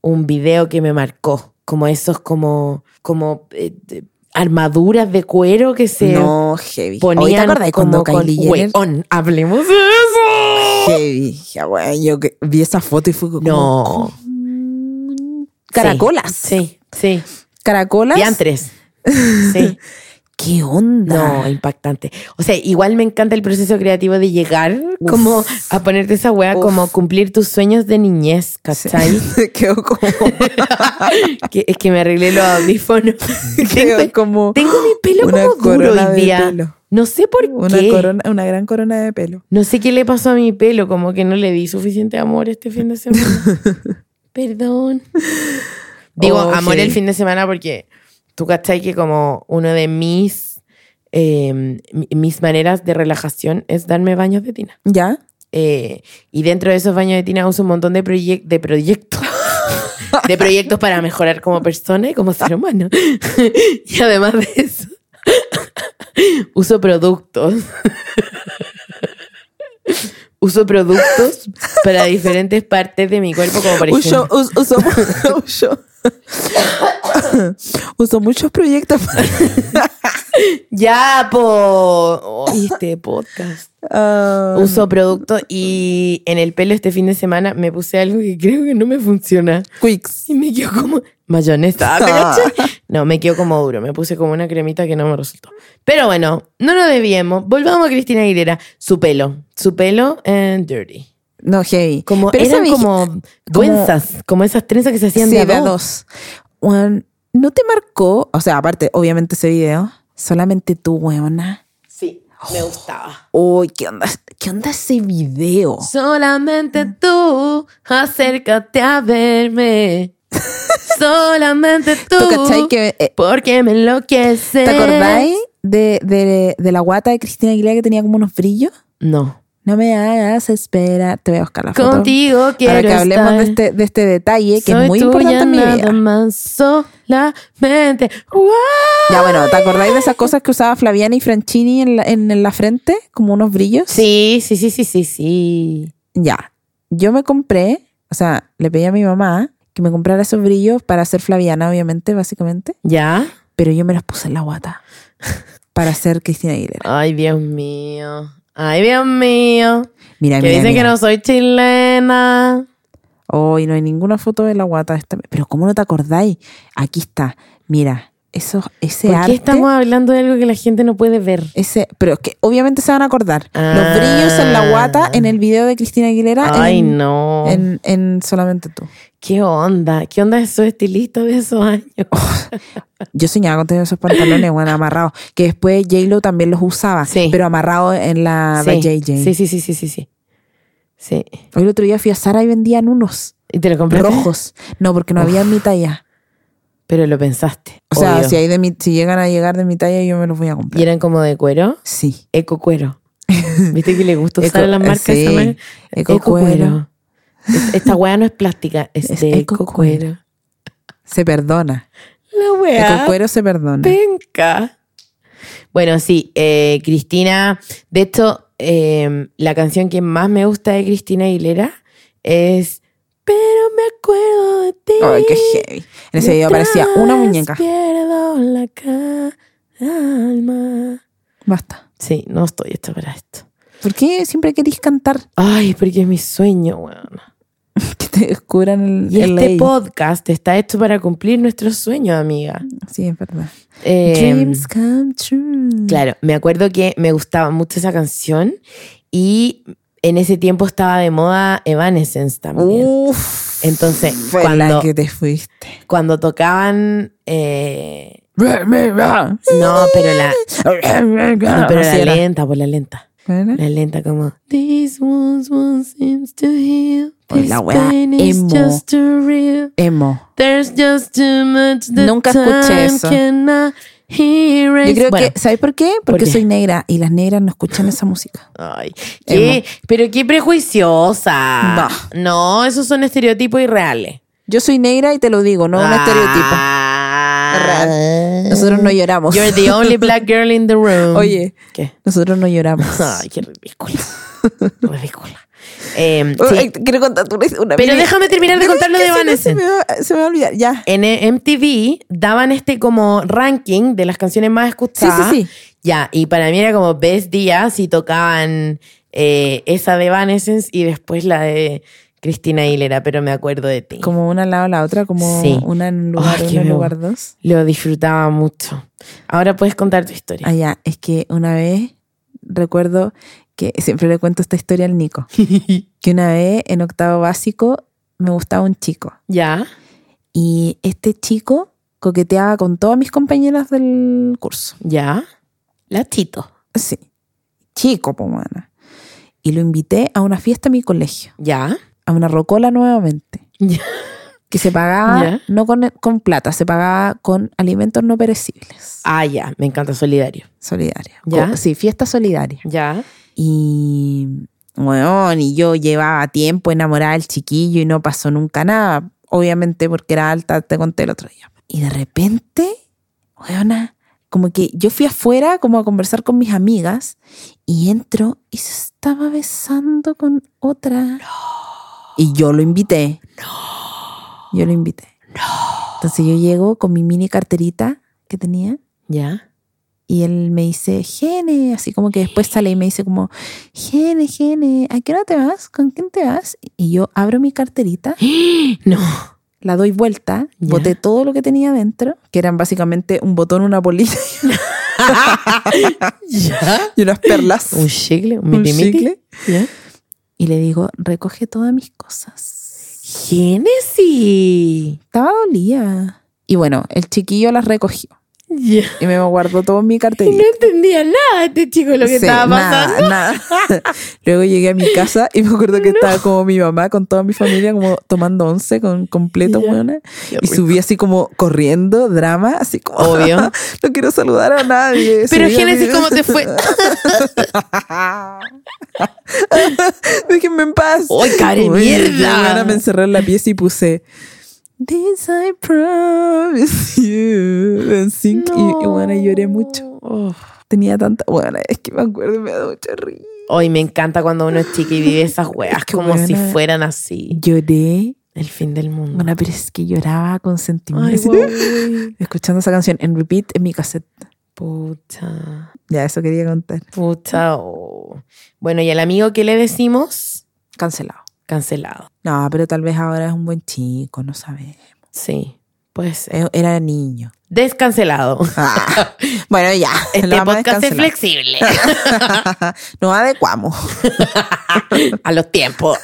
un video que me marcó. Como esos, como. como eh, de- armaduras de cuero que se
No, heavy. Hoy ¿Te
ponían
acordás
como
cuando
con oh.
Kylie Jenner?
weón, hablemos de eso.
Heavy. Ya, weón, yo que- vi esa foto y fue como...
No.
Caracolas.
Sí, sí.
Caracolas.
Diantres. Sí.
¿Qué onda?
No, impactante. O sea, igual me encanta el proceso creativo de llegar como a ponerte esa wea,
Uf.
como cumplir tus sueños de niñez, ¿cachai?
Se quedó como,
Que- es que me arreglé los audífonos.
quedó
tengo,
como
tengo mi pelo
Una
como duro
corona
hoy
de
día.
pelo.
No sé por
una,
qué.
corona, una gran corona de pelo.
No sé qué le pasó a mi pelo, como que no le di suficiente amor este fin de semana. Perdón. Digo,
Oh,
amor
ok.
el fin de semana porque tú cachai que como uno de mis, eh, mi- mis maneras de relajación es darme baños de tina.
¿Ya?
Eh, y dentro de esos baños de tina uso un montón de, proye- de proyectos. de proyectos para mejorar como persona y como ser humano. y además de eso, uso productos. uso productos para diferentes partes de mi cuerpo, como por
Uso,
ejemplo.
us- uso, uso, Uso muchos proyectos.
Ya, po. Oye, este podcast.
Ah,
Uso producto y en el pelo este fin de semana me puse algo que creo que no me funciona.
Quicks.
Y me quedó como
Ah,
mayonesa. ¿te cachai? No, me quedó como duro. Me puse como una cremita que no me resultó. Pero bueno, no nos debíamos. Volvamos a Cristina Aguilera. Su pelo. Su pelo and dirty.
No, heavy.
Como
Pero esa
eran
vieji-
como trenzas, como, esas trenzas que se hacían
Sí,
de a
de a
dos.
dos. Weón, ¿No te marcó? O sea, aparte, obviamente ese video. Solamente tú, weona.
Sí, me gustaba.
Uy, ¿qué onda? ¿Qué onda ese video?
Solamente tú, acércate a verme. Solamente tú.
¿Tú cachai que eh,
Porque me enloqueces.
¿Te acordáis de, de- de la guata de Cristina Aguilera que tenía como unos brillos?
No.
No me hagas esperar. Te voy a buscar la foto.
Contigo quiero
Para que hablemos
estar.
de este, de este detalle que
Soy
es muy
tuya,
importante en mi
nada
vida.
más, solamente. Wow.
Ya bueno, ¿te acordáis de esas cosas que usaba Flaviana y Franchini en la, en- en la frente? Como unos brillos.
Sí, sí, sí, sí, sí, sí.
Ya. Yo me compré, o sea, le pedí a mi mamá que me comprara esos brillos para ser Flaviana, obviamente, básicamente.
¿Ya?
Pero yo me los puse en la guata para ser Cristina Aguilera.
Ay, Dios mío. Ay, Dios mío.
Mira,
Que
mira,
dicen que
mira.
no soy chilena.
Hoy no hay ninguna foto de la guata. de Esta... Pero ¿cómo no te acordáis? Aquí está. Mira, eso, ese
¿Por
arte.
qué estamos hablando de algo que la gente no puede ver?
Ese, pero es que obviamente se van a acordar.
Ah.
Los brillos en la guata en el video de Cristina Aguilera.
Ay,
en,
no.
en- en Solamente tú.
¿Qué onda? ¿Qué onda esos estilistas de esos años?
Oh, Yo soñaba con tener esos pantalones, bueno, amarrados. Que después J-Lo también los usaba,
Sí.
pero amarrados en la by
sí.
JJ.
sí, sí, sí, sí, sí, sí. Sí.
Hoy el otro día fui a Sara y vendían unos
¿Y te lo compraste?
rojos. No, porque no había en mi talla.
Pero lo pensaste.
O sea,
obvio.
si, hay de mi- si llegan a llegar de mi talla, yo me los voy a comprar.
¿Y eran como de cuero?
Sí.
Eco cuero. ¿Viste que le gusta usar
Eco-
las marcas?
sí.
esa marca?
Eco cuero.
Es- Esta weá no es plástica, es,
Es
de
eco
eco cuero.
Se perdona.
La
El
weá
cuero se perdona.
penca. Bueno, sí, eh, Cristina. De hecho, eh, la canción que más me gusta de Cristina Aguilera es Pero me acuerdo de ti.
Ay, qué heavy. En ese video
mientras
aparecía una muñeca.
Pierdo la calma.
Basta.
Sí, no estoy hecha para esto.
¿Por qué siempre querís cantar?
Ay, porque es mi sueño, weón.
Que te descubran el,
Y
el
este
ley.
podcast está hecho para cumplir nuestros sueños, amiga.
Sí, es verdad. Em,
Eh,
Dreams come true.
Claro, me acuerdo que me gustaba mucho esa canción y en ese tiempo estaba de moda Evanescence también.
Uh. Uf.
Entonces,
fue la
cuando-
que te fuiste.
Cuando tocaban... eh, no, pero la, no, pero la lenta, por la lenta. La lenta como... This wounds won't seems to heal.
Ay,
This
Pues la wea
pain is
emo.
just too real.
Emo.
There's just too much that
Nunca escuché
time
eso.
cannot erase.
Yo creo
Bueno,
que, ¿sabes por qué? Porque
qué?
soy negra y las negras no escuchan esa música.
Ay, qué- pero qué prejuiciosa.
Bah.
No, esos son estereotipos irreales.
Yo soy negra y te lo digo, no es un estereotipo. Real. Nosotros no lloramos.
Ah. You're the only black girl in the room.
Oye.
¿Qué?
Nosotros no lloramos.
Ay, qué ridícula. Ridícula. Em, sí,
Ay, Quiero contar una, una
Pero
mini-
déjame terminar de contar lo de
Se me- Se
Evanescence.
me, va, se me va a olvidar, ya.
En eh, MTV daban este como ranking de las canciones más escuchadas.
Ah. Sí, sí,
Ya, y para mí era como Best Días y tocaban eh, esa de Evanescence y después la de Cristina Aguilera, pero me acuerdo de ti.
Como una al lado de la otra, como
Sí.
una en un lugar
Ay,
uno
qué
en
me-
lugar dos.
Lo disfrutaba mucho. Ahora puedes contar tu historia.
Allá, Ah, es que una vez recuerdo que siempre le cuento esta historia al Nico. que una vez en octavo básico me gustaba un chico.
¿Ya?
Y este chico coqueteaba con todas mis compañeras del curso.
¿Ya? Latito.
Sí. Chico, pomana. Y lo invité a una fiesta en mi colegio,
¿Ya?
a una rocola nuevamente.
Ya.
Que se pagaba
Ya.
no con, con plata, se pagaba con alimentos no perecibles.
Ah, ya. Me encanta Solidario.
Solidaria.
Ya.
Co- Sí, fiesta solidaria.
¿Ya?
Y, weón, y yo llevaba tiempo enamorada del chiquillo y no pasó nunca nada. Obviamente porque era alta, te conté el otro día. Y de repente, weona, como que yo fui afuera como a conversar con mis amigas y entro y se estaba besando con otra. Y yo lo invité. Yo lo invité. Entonces yo llego con mi mini carterita que tenía
¿Ya?
y él me dice, Gene, así como que después sale y me dice como, Gene, Gene, ¿a qué hora te vas? ¿Con quién te vas? Y yo abro mi carterita,
No.
la doy vuelta,
Ya.
boté todo lo que tenía dentro, que eran básicamente un botón, una polilla
¿Ya?
y unas perlas.
¿Un chicle? ¿Un
Un
miti
chicle.
¿Ya?
Y le digo, recoge todas mis cosas.
¡Génesis!
Estaba dolida. Y bueno, el chiquillo las recogió
Ya.
y me guardó todo en mi
Y
carterita.
no entendía nada este chico lo que
Sí,
estaba
nada,
pasando.
nada. Luego llegué a mi casa y me acuerdo que estaba como mi mamá con toda mi familia como tomando once con completo,
Ya.
buena.
Qué
Y
rico.
subí así como corriendo, drama, así como...
Obvio.
no quiero saludar a nadie.
Pero
Subí a mi-
Génesis, ¿cómo te fue?
Déjenme en paz.
¡Ay, cara de
Oye,
mierda!
yo, weona, me encerré en la pieza y puse... This I promise you. En sync. Y, y bueno, lloré mucho.
Oh.
Tenía tanta... Bueno, es que me acuerdo y me da mucha risa.
Ay, me encanta cuando uno es chico y vive esas weas
que
como si
buena.
fueran así.
Lloré.
El fin del mundo.
Bueno, pero es que lloraba con sentimiento.
Ay,
así,
guau.
Escuchando esa canción en repeat en mi cassette.
Puta.
Ya, eso quería contar.
Puta. oh. Bueno, y al amigo que le decimos,
Cancelado.
cancelado.
No, pero tal vez ahora es un buen chico, no sabes.
Sí, pues ser.
Eh, Era niño.
Descancelado.
Ah, bueno, ya.
Este
lo vamos a
podcast es
descancelar.
flexible
Nos adecuamos.
a los tiempos.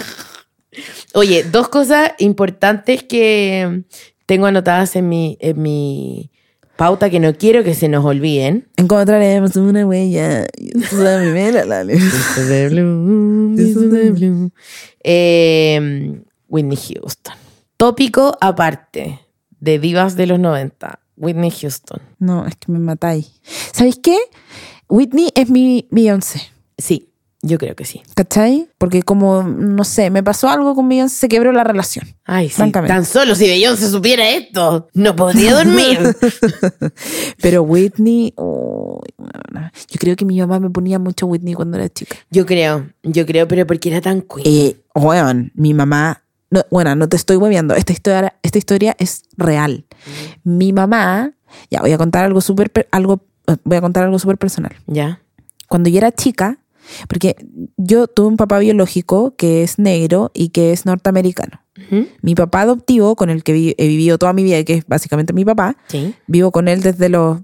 Oye, dos cosas importantes que tengo anotadas en mi, en mi pauta que no quiero que se nos olviden.
Encontraremos una huella. Es la primera, Lali.
Eh, Whitney Houston. Tópico aparte de divas de los 90. Whitney Houston.
No, es que me matáis. ¿Sabéis qué? Whitney es mi Beyoncé.
Sí, yo creo que sí.
¿Cachai? Porque como, no sé, me pasó algo con Beyoncé, se quebró la relación.
Ay, sí.
Francamente.
Tan solo si Beyoncé supiera esto, no podría dormir.
Pero Whitney, uy, bueno, yo creo que mi mamá me ponía mucho Whitney cuando era chica.
yo creo, yo creo, pero porque era tan queen.
Eh, weón, mi mamá, no, bueno, no te estoy hueveando, esta historia, esta historia es real. Mi mamá, ya voy a contar algo súper, per- algo, eh, voy a contar algo súper personal.
Ya.
Cuando yo era chica, porque yo tuve un papá biológico que es negro y que es norteamericano.
Ujú.
Mi papá adoptivo, con el que vi- he vivido toda mi vida, y que es básicamente mi papá,
Sí.
Vivo con él desde los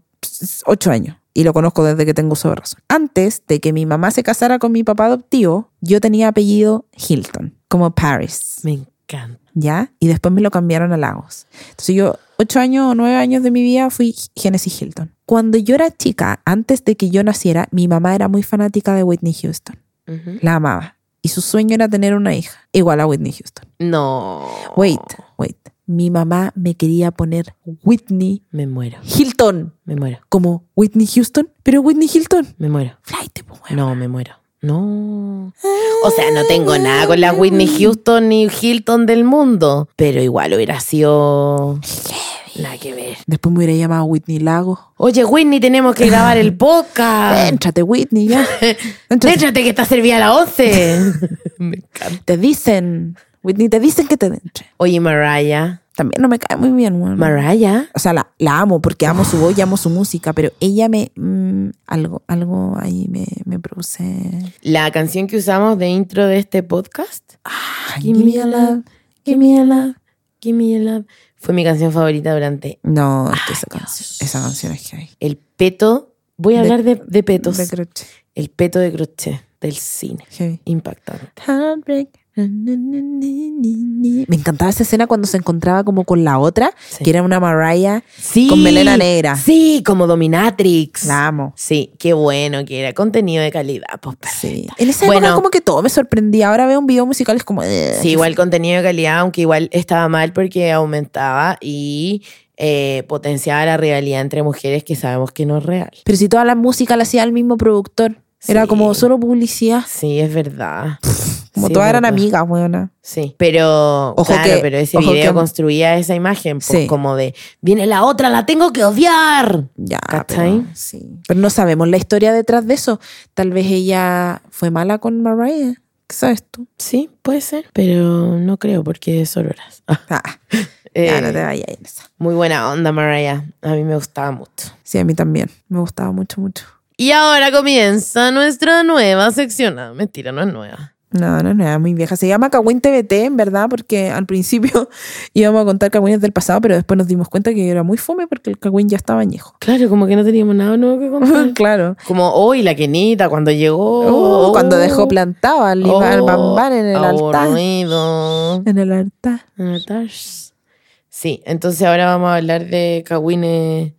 ocho años y lo conozco desde que tengo uso de razón. Antes de que mi mamá se casara con mi papá adoptivo, yo tenía apellido Hilton, como Paris,
Me encanta.
¿ya? Y después me lo cambiaron a Lagos. Entonces yo, ocho años o nueve años de mi vida, fui Genesis Hilton. Cuando yo era chica, antes de que yo naciera, mi mamá era muy fanática de Whitney Houston.
Ujú.
La amaba. Y su sueño era tener una hija, igual a Whitney Houston.
No.
Wait, wait. Mi mamá me quería poner Whitney
Me muero,
Hilton
me muero,
como Whitney Houston, pero Whitney Hilton.
me muero.
Flight, po, weón.
No, me muero. No. O sea, no tengo nada con la Whitney Houston ni Hilton del mundo, pero igual hubiera sido... Nada que ver.
Después me hubiera llamado Whitney Lago.
Oye, Whitney, tenemos que grabar el podcast.
Éntrate, Whitney, ya. Éntrate.
Déjate que está servida a las 11. me encanta.
Te dicen, Whitney, te dicen que te entre.
Oye, Mariah.
También no me cae muy bien, weón.
Mariah.
O sea, la, la amo porque amo su voz y amo su música, pero ella me. mm, algo, algo ahí me, me produce.
La canción que usamos de intro de este podcast,
Ah,
Give me a love, give me a love, give me a love, fue mi canción favorita durante
No, es que esa canción, esa canción es que hay.
el peto. Voy a
De-
hablar de, de petos.
De crochet,
el peto de crochet del cine.
heavy.
Impactante.
Heartbreak. Na, na, na, na, na, na. Me encantaba esa escena cuando se encontraba como con la otra,
Sí.
que era una Mariah.
Sí.
Con melena negra.
Sí, como Dominatrix.
La amo.
Sí, qué bueno que era. Contenido de calidad, pues
Sí.
perfecto.
En esa
Bueno.
época como que todo me sorprendía. Ahora veo un video musical es como... eh,
Sí, igual contenido de calidad, aunque igual estaba mal porque aumentaba y eh, potenciaba la rivalidad entre mujeres que sabemos que no es real.
Pero si toda la música la hacía el mismo productor. Era
Sí.
como solo publicidad.
Sí, es verdad.
Como
Sí,
todas
es
eran
verdad.
amigas, buena.
Sí, pero
Ojo
claro,
que-
pero ese
ojo
video
que-
construía esa imagen pues,
Sí.
como de viene la otra, la tengo que odiar.
Ya,
¿Cachai?
pero, sí. pero no sabemos la historia detrás de eso. Tal vez ella fue mala con Mariah. ¿Qué sabes tú?
Sí, puede ser, pero no creo porque es sororas.
Ah,
Eh,
Ya, no te vayas en esa.
Muy buena onda, Mariah. A mí me gustaba mucho.
Sí, a mí también. Me gustaba mucho, mucho.
Y ahora comienza nuestra nueva sección. Ah, mentira, no es nueva.
No, no, no, era muy vieja. Se llama Cagüín TBT, en verdad, porque al principio íbamos a contar cagüines del pasado, pero después nos dimos cuenta que era muy fome porque el cagüín ya estaba añejo.
Claro, como que no teníamos nada nuevo que contar. Uh,
claro.
como hoy la quenita cuando llegó.
Oh, cuando dejó plantado al,
Oh,
lima- al bambán en el altar.
aburrido.
En el altar.
En el altar. Sí, entonces ahora vamos a hablar de Kawine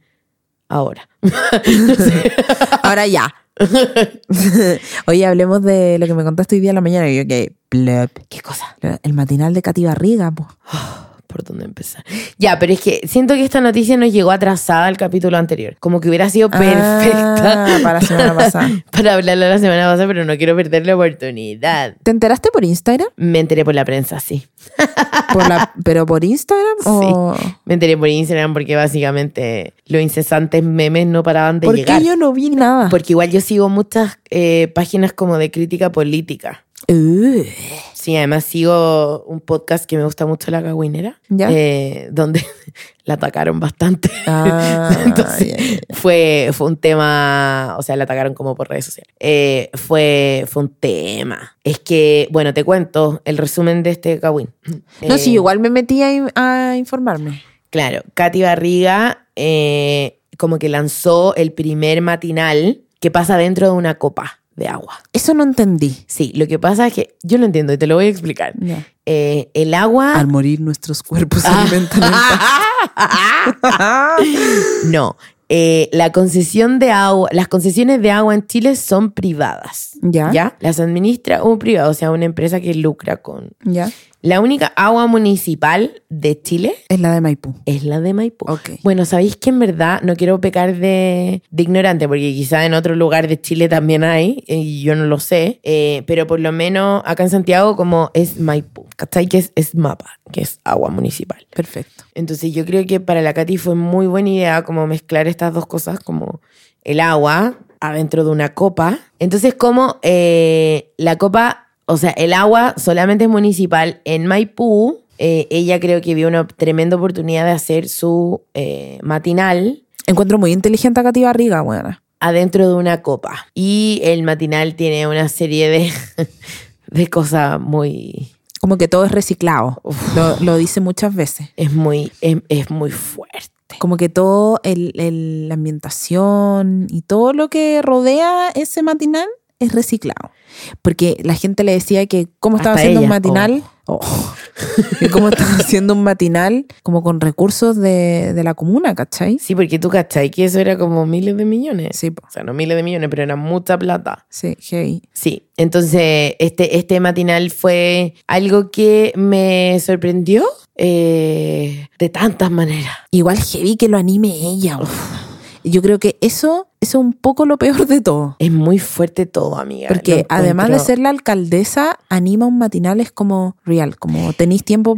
ahora. No sé.
Ahora ya. Oye, hablemos de lo que me contaste hoy día en la mañana. Y yo, que plop.
¿Qué cosa?
El matinal de Cati Barriga, po.
¿Por dónde empezar? Ya, pero es que siento que esta noticia nos llegó atrasada al capítulo anterior. Como que hubiera sido perfecta
Ah, para la semana pasada.
para hablarla la semana pasada, pero no quiero perder la oportunidad.
¿Te enteraste por Instagram?
Me enteré por la prensa, sí.
Por la- ¿Pero por Instagram? O...
Me enteré por Instagram porque básicamente los incesantes memes no paraban de
¿Por
llegar.
qué yo no vi nada?
Porque igual yo sigo muchas eh, páginas como de crítica política.
Uh,
Sí, además sigo un podcast que me gusta mucho, La Cagüinera,
¿Ya?
eh, donde la atacaron bastante.
Ah,
Entonces,
ya, ya, ya.
Fue, fue un tema, o sea, la atacaron como por redes sociales. Eh, fue, fue un tema. Es que, bueno, te cuento el resumen de este Cagüín.
No,
Eh,
sí, igual me metí a, in- a informarme.
Claro, Katy Barriga eh, como que lanzó el primer matinal que pasa dentro de una copa de agua.
Eso no entendí.
Sí, lo que pasa es que yo lo entiendo y te lo voy a explicar.
Ya.
Eh, el agua...
Al morir nuestros cuerpos se alimentan. en paz.
No, eh, la concesión de agua, las concesiones de agua en Chile son privadas.
¿Ya?
¿Ya? Las administra un privado, o sea, una empresa que lucra con...
ya.
La única agua municipal de Chile
Es la de Maipú.
es la de Maipú.
Ok.
Bueno, sabéis que en verdad no quiero pecar de, de ignorante, porque quizá en otro lugar de Chile también hay, eh, y yo no lo sé, eh, pero por lo menos acá en Santiago como es Maipú, ¿cachai? Que es, es mapa, que es agua municipal.
Perfecto.
Entonces yo creo que para la Katy fue muy buena idea como mezclar estas dos cosas, como el agua adentro de una copa. Entonces como eh, la copa, o sea, el agua solamente es municipal en Maipú, eh, ella creo que vio una tremenda oportunidad de hacer su eh, matinal
Encuentro muy inteligente a Cati Barriga, buena.
adentro de una copa. Y el matinal tiene una serie de, de cosas muy...
Como que todo es reciclado. Lo, lo dice muchas veces.
Es muy, es, es muy fuerte.
Como que todo, el, el- la ambientación y todo lo que rodea ese matinal es reciclado. Porque la gente le decía que cómo estaba
Hasta
haciendo un
ella,
matinal. Oh. Que cómo estaba haciendo un matinal como con recursos de, de la comuna, ¿cachai?
Sí, porque tú cachai que eso era como miles de millones.
Sí, po.
O sea, no miles de millones, pero era mucha plata.
sí, hey.
Sí, entonces este, este matinal fue algo que me sorprendió eh, de tantas maneras.
Igual heavy que lo anime ella. weón. Yo creo que eso, eso es un poco lo peor de todo.
Es muy fuerte todo, amiga.
Porque
Lo
además de
encuentro-
ser la alcaldesa, anima un matinal, es como real, como tenéis tiempo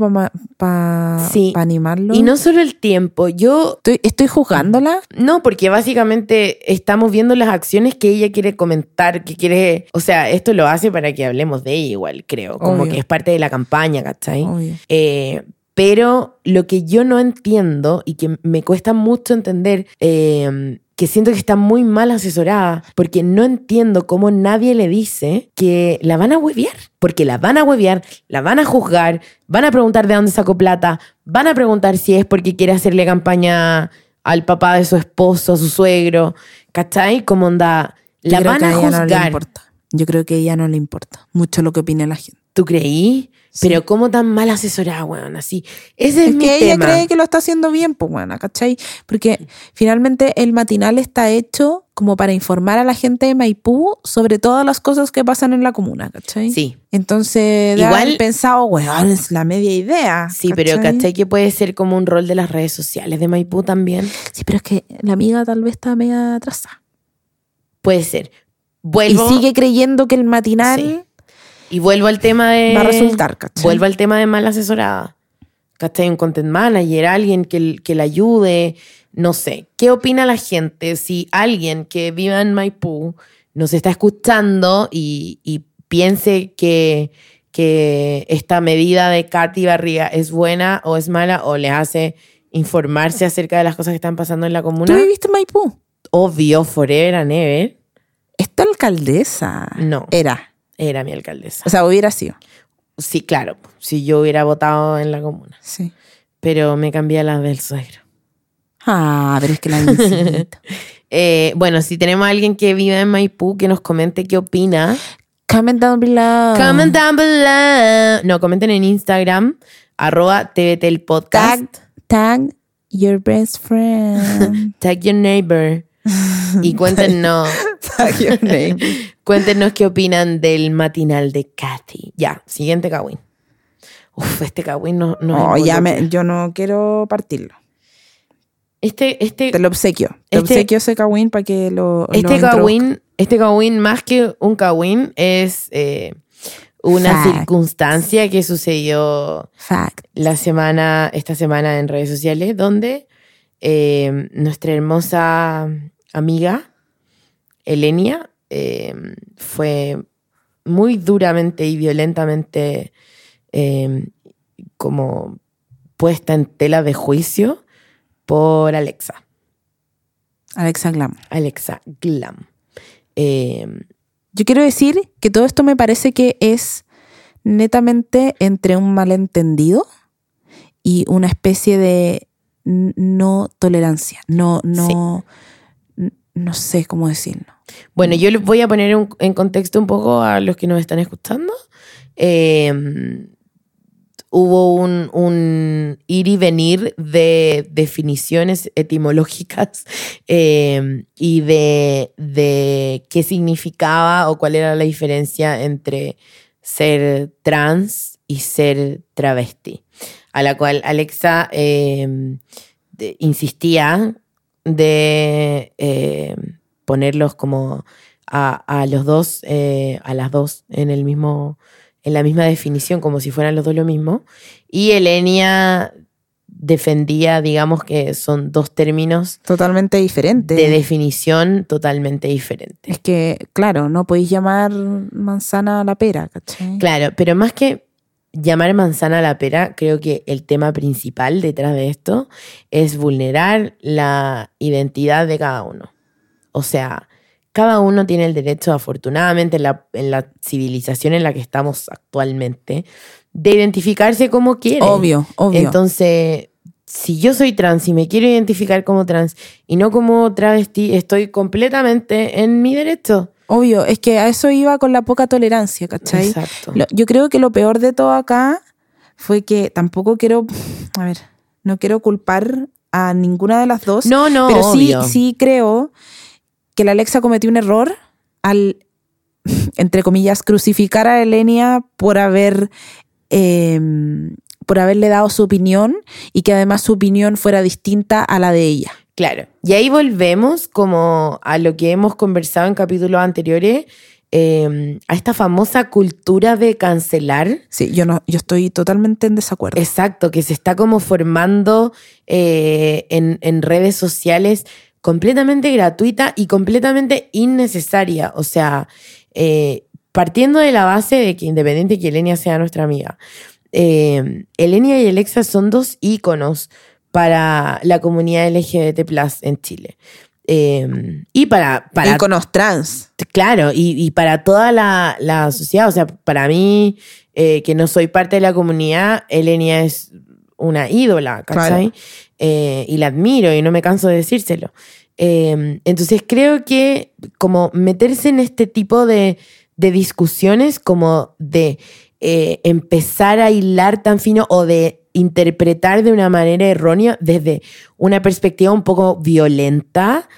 para
Sí.
animarlo.
Y no solo el tiempo, yo...
estoy, estoy juzgándola.
No, porque básicamente estamos viendo las acciones que ella quiere comentar, que quiere... O sea, esto lo hace para que hablemos de ella igual, creo. Como
Obvio.
que es parte de la campaña, ¿cachai?
Obvio.
Eh, pero lo que yo no entiendo y que me cuesta mucho entender, eh, que siento que está muy mal asesorada, porque no entiendo cómo nadie le dice que la van a huevear. Porque la van a huevear, la van a juzgar, van a preguntar de dónde sacó plata, van a preguntar si es porque quiere hacerle campaña al papá de su esposo, a su suegro, ¿cachai? Como onda,
Yo
la
creo
van
que
a
ella no le
juzgar.
importa. Yo creo que a ella no le importa mucho lo que opine la gente.
¿Tú creí?
Sí.
Pero cómo tan mal asesorada, weón, así. Ese es,
Es
mi
que ella
tema.
cree que lo está haciendo bien, pues bueno, ¿cachai? Porque finalmente el matinal está hecho como para informar a la gente de Maipú sobre todas las cosas que pasan en la comuna, ¿cachai?
Sí.
Entonces, de
Igual-
haber pensado, weón, es la media idea.
Sí, pero ¿cachai que puede ser como un rol de las redes sociales de Maipú también?
Sí, pero es que la amiga tal vez está media atrasada.
Puede ser.
Y
Vuelvo, y,
sigue creyendo que el matinal
Sí. Eh, vuelvo al tema de...
va a resultar, ¿cachai?
Vuelvo al tema de mal asesorada. ¿Cachai? Un content manager, alguien que, que la ayude, no sé. ¿Qué opina la gente si alguien que viva en Maipú nos está escuchando y, y piense que que esta medida de Katy Barriga es buena o es mala o le hace informarse acerca de las cosas que están pasando en la
¿Tú
comuna.
viviste en Maipú?
Obvio, forever and ever,
Esta alcaldesa
No.
era.
era mi alcaldesa.
O sea, hubiera sido.
Sí, claro, si yo hubiera votado en la comuna.
Sí.
Pero me cambié a la del suegro.
Ah, pero es que la visita.
Eh, bueno, si tenemos a alguien que vive en Maipú que nos comente qué opina.
Comment down below.
Comment down below. No, comenten en Instagram, arroba TVT el podcast.
Tag, tag your best friend.
Tag your neighbor. Y cuéntenos,
tag your name.
cuéntenos qué opinan del matinal de Katy. Ya, siguiente Kawin. Uf, este Kawin no, no
No, Oh, ya me, yo no quiero partirlo.
Este, este,
Te lo obsequio. Te
Este-
obsequio ese Kawin para que lo. lo
este
introduzca.
Kawin, este Kawin, más que un Kawin, es eh, una
Fact.
circunstancia que sucedió
Fact.
la semana, esta semana en redes sociales, donde eh, nuestra hermosa amiga Elenia eh, fue muy duramente y violentamente eh, como puesta en tela de juicio por Alexa,
Alexa Glam.
Alexa Glam. Eh,
Yo quiero decir que todo esto me parece que es netamente entre un malentendido y una especie de n- no tolerancia. No, no, n- no sé cómo decirlo.
Bueno, yo les voy a poner un- en contexto un poco a los que nos están escuchando. Eh, hubo un, un ir y venir de definiciones etimológicas eh, y de, de qué significaba o cuál era la diferencia entre ser trans y ser travesti, a la cual Alexa eh, de- insistía de eh, ponerlos como a, a los dos, eh, a las dos en el mismo, en la misma definición, como si fueran los dos lo mismo. Y Elenia defendía, digamos, que son dos términos
Totalmente diferente.
de definición totalmente diferentes.
es que, claro, no podéis llamar manzana a la pera, ¿cachai?
Claro, pero más que llamar manzana a la pera, creo que el tema principal detrás de esto es vulnerar la identidad de cada uno. O sea, cada uno tiene el derecho, afortunadamente, en la, en la civilización en la que estamos actualmente, de identificarse como quiere.
Obvio, obvio.
Entonces, si yo soy trans y me quiero identificar como trans y no como travesti, estoy completamente en mi derecho.
obvio, es que a eso iba con la poca tolerancia, ¿cachai?
Exacto.
Lo- yo creo que lo peor de todo acá fue que tampoco quiero, a ver, no quiero culpar a ninguna de las dos.
no, no,
pero sí,
obvio.
sí creo que la Alexa cometió un error al, entre comillas, crucificar a Elenia por haber eh, por haberle dado su opinión y que además su opinión fuera distinta a la de ella.
Claro. Y ahí volvemos como a lo que hemos conversado en capítulos anteriores, eh, a esta famosa cultura de cancelar.
Sí, yo no, yo estoy totalmente en desacuerdo.
Exacto, que se está como formando eh, en, en redes sociales completamente gratuita y completamente innecesaria. O sea, eh, partiendo de la base de que independiente que Elenia sea nuestra amiga, eh, Elenia y Alexa son dos íconos para la comunidad LGBT en Chile. Eh, y para, para
Iconos trans.
Claro, y, y para toda la, la sociedad, o sea, para mí, eh, que no soy parte de la comunidad, Elenia es una ídola, ¿cachai? Eh, y la admiro y no me canso de decírselo. Eh, entonces creo que como meterse en este tipo de, de discusiones, como de eh, empezar a hilar tan fino o de interpretar de una manera errónea desde una perspectiva un poco violenta,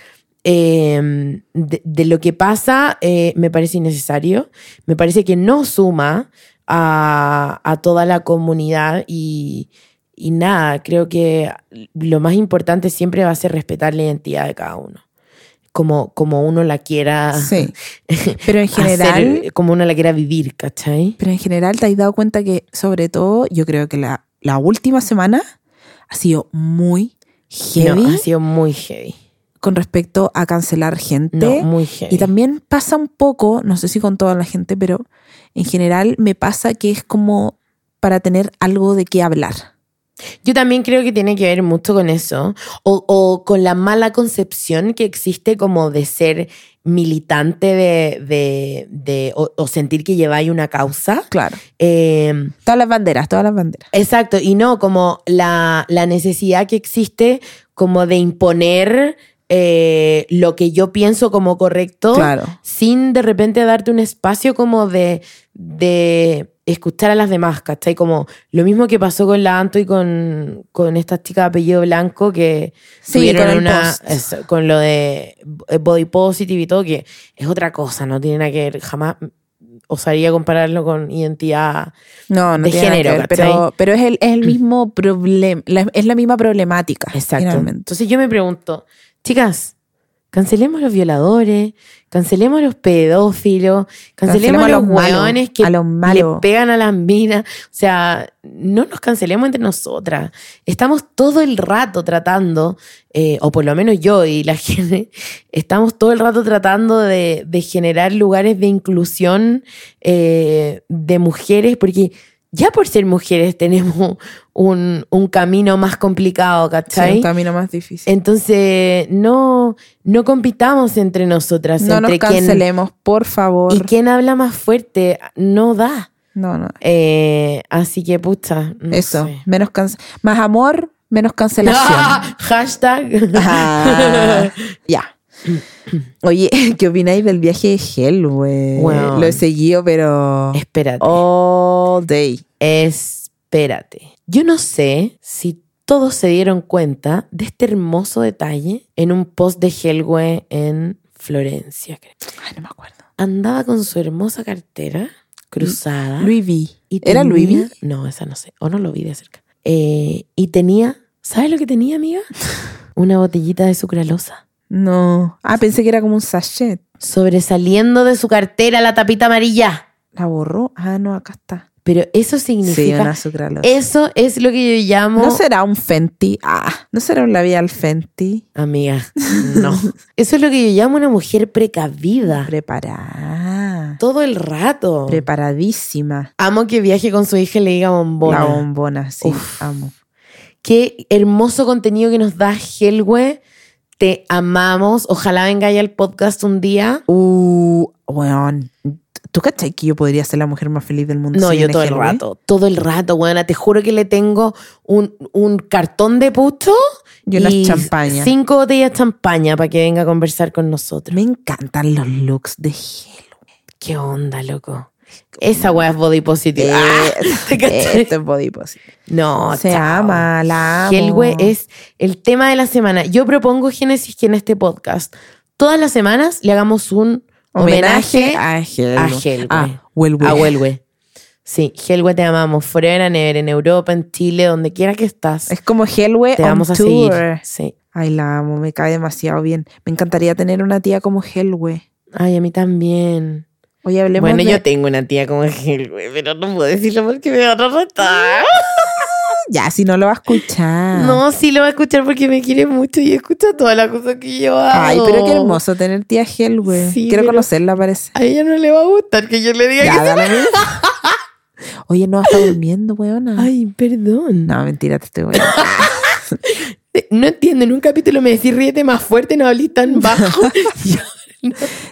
eh, de, de lo que pasa eh, me parece innecesario, me parece que no suma a, a toda la comunidad y, y nada, creo que lo más importante siempre va a ser respetar la identidad de cada uno, como, como uno la quiera
Sí. Pero en
Ah. hacer,
general.
como uno la quiera vivir, ¿cachai?
Pero en general te has dado cuenta que, sobre todo, yo creo que la, la última semana ha sido muy heavy
No, ha sido muy heavy.
con respecto a cancelar gente.
No, muy heavy.
Y también pasa un poco, no sé si con toda la gente, pero en general me pasa que es como para tener algo de qué hablar.
Yo también creo que tiene que ver mucho con eso, o, o con la mala concepción que existe como de ser militante de, de- de- o, o sentir que lleváis una causa.
Claro.
Eh,
Todas las banderas, todas las banderas.
exacto, y no como la, la necesidad que existe como de imponer eh, lo que yo pienso como correcto
Claro.
sin de repente darte un espacio como de, de escuchar a las demás, ¿cachai? Como lo mismo que pasó con la Anto y con, con esta chica de apellido blanco que
Sí,
tuvieron
con el
una-
post.
eso, con lo de body positive y todo, que es otra cosa, no tiene nada que ver, jamás osaría compararlo con identidad.
No, no
de
tiene nada que
género,
ver,
¿cachai?
pero, pero es el, es el mismo problema, es la misma problemática.
Exacto.
finalmente.
Entonces yo me pregunto, chicas, cancelemos los violadores, cancelemos los pedófilos, cancelemos,
Cancelemos a
los,
los malos,
hueones que
a los malos.
le pegan a las minas. O sea, no nos cancelemos entre nosotras. Estamos todo el rato tratando, eh, o por lo menos yo y la gente, estamos todo el rato tratando de, de generar lugares de inclusión eh, de mujeres, porque ya por ser mujeres tenemos un, un camino más complicado,
Sí,
¿cachai?
un camino más difícil.
Entonces, no, no compitamos entre nosotras,
no nos
entre quién-
cancelemos, por favor.
y quien habla más fuerte no da.
No, no.
Eh, así que, puta. no
Eso.
sé.
Menos canc- más amor, menos cancelación.
Ah, hashtag.
Ah, ya. Oye, ¿qué opináis del viaje de Hell, güey?
Weón.
Lo he seguido, pero.
Espérate.
Oh. All day.
Espérate. Yo no sé si todos se dieron cuenta de este hermoso detalle en un post de Helwe en Florencia. creo.
Ay, no me acuerdo.
Andaba con su hermosa cartera cruzada.
Ah, Louis V.
y tenía-
¿Era Louis V?
No, esa no sé. O no lo vi de cerca. Eh, y tenía, ¿sabes lo que tenía, amiga? Una botellita de sucralosa.
No. Ah, pensé que era como un sachet.
Sobresaliendo de su cartera la tapita amarilla.
¿La borró? Ah, no, acá está.
Pero eso
Sí,
significa.
una sucralosa.
eso es lo que yo llamo.
¿No será un Fenty? Ah, ¿no será un labial Fenty?
Amiga, no. Eso es lo que yo llamo una mujer precavida.
Preparada.
Todo el rato.
Preparadísima.
Amo que viaje con su hija y le diga
La
bombona.
bombona, sí,
Uf.
amo.
Qué hermoso contenido que nos da Helwe. Te amamos. Ojalá venga ya al podcast un día.
Uh, weón. ¿Tú cachai que yo podría ser la mujer más feliz del mundo?
No,
si
yo
viene
todo el
Hellboy?
rato, todo el rato, buena. Te juro que le tengo un, un cartón de puto
Y unas champañas.
Cinco botellas de champaña para que venga a conversar con nosotros.
Me encantan los looks de Hellboy.
¿Qué onda, loco? Esa weá es body positive. ¡Ah! ¿Te cachai?
Esto es Este body positive.
No,
Eh, Se
chao.
ama, la amo.
Helwe es el tema de la semana. Yo propongo, Génesis, que en este podcast todas las semanas le hagamos un homenaje,
homenaje a Hellboy.
a Hellboy.
Ah, Hellboy.
a Huelwe. Sí, Helwe te amamos. Forever and ever, en Europa, en Chile, donde quiera que estás.
Es como Hellboy
te
on
vamos a
tour.
seguir. Sí.
Ay, la amo, me cae demasiado bien. Me encantaría tener una tía como Hellboy.
Ay, a mí también.
Oye, hablemos
bueno,
de...
yo tengo una tía como Helwe, pero no puedo decirlo porque me van a retar.
Ah. Ya, si no lo va a escuchar.
No, sí lo va a escuchar porque me quiere mucho y escucha todas las cosas que yo hago.
Ay, pero qué hermoso tener tía Hellboy.
Sí,
Quiero
pero-
conocerla, parece.
A ella no le va a gustar que yo le diga
Ya,
que
da lo mismo. Oye, no, está durmiendo, weona.
Ay, perdón.
No, mentira, te estoy weona.
Eh, No entiendo, en un capítulo me decís ríete más fuerte, no hablís tan bajo. Yo-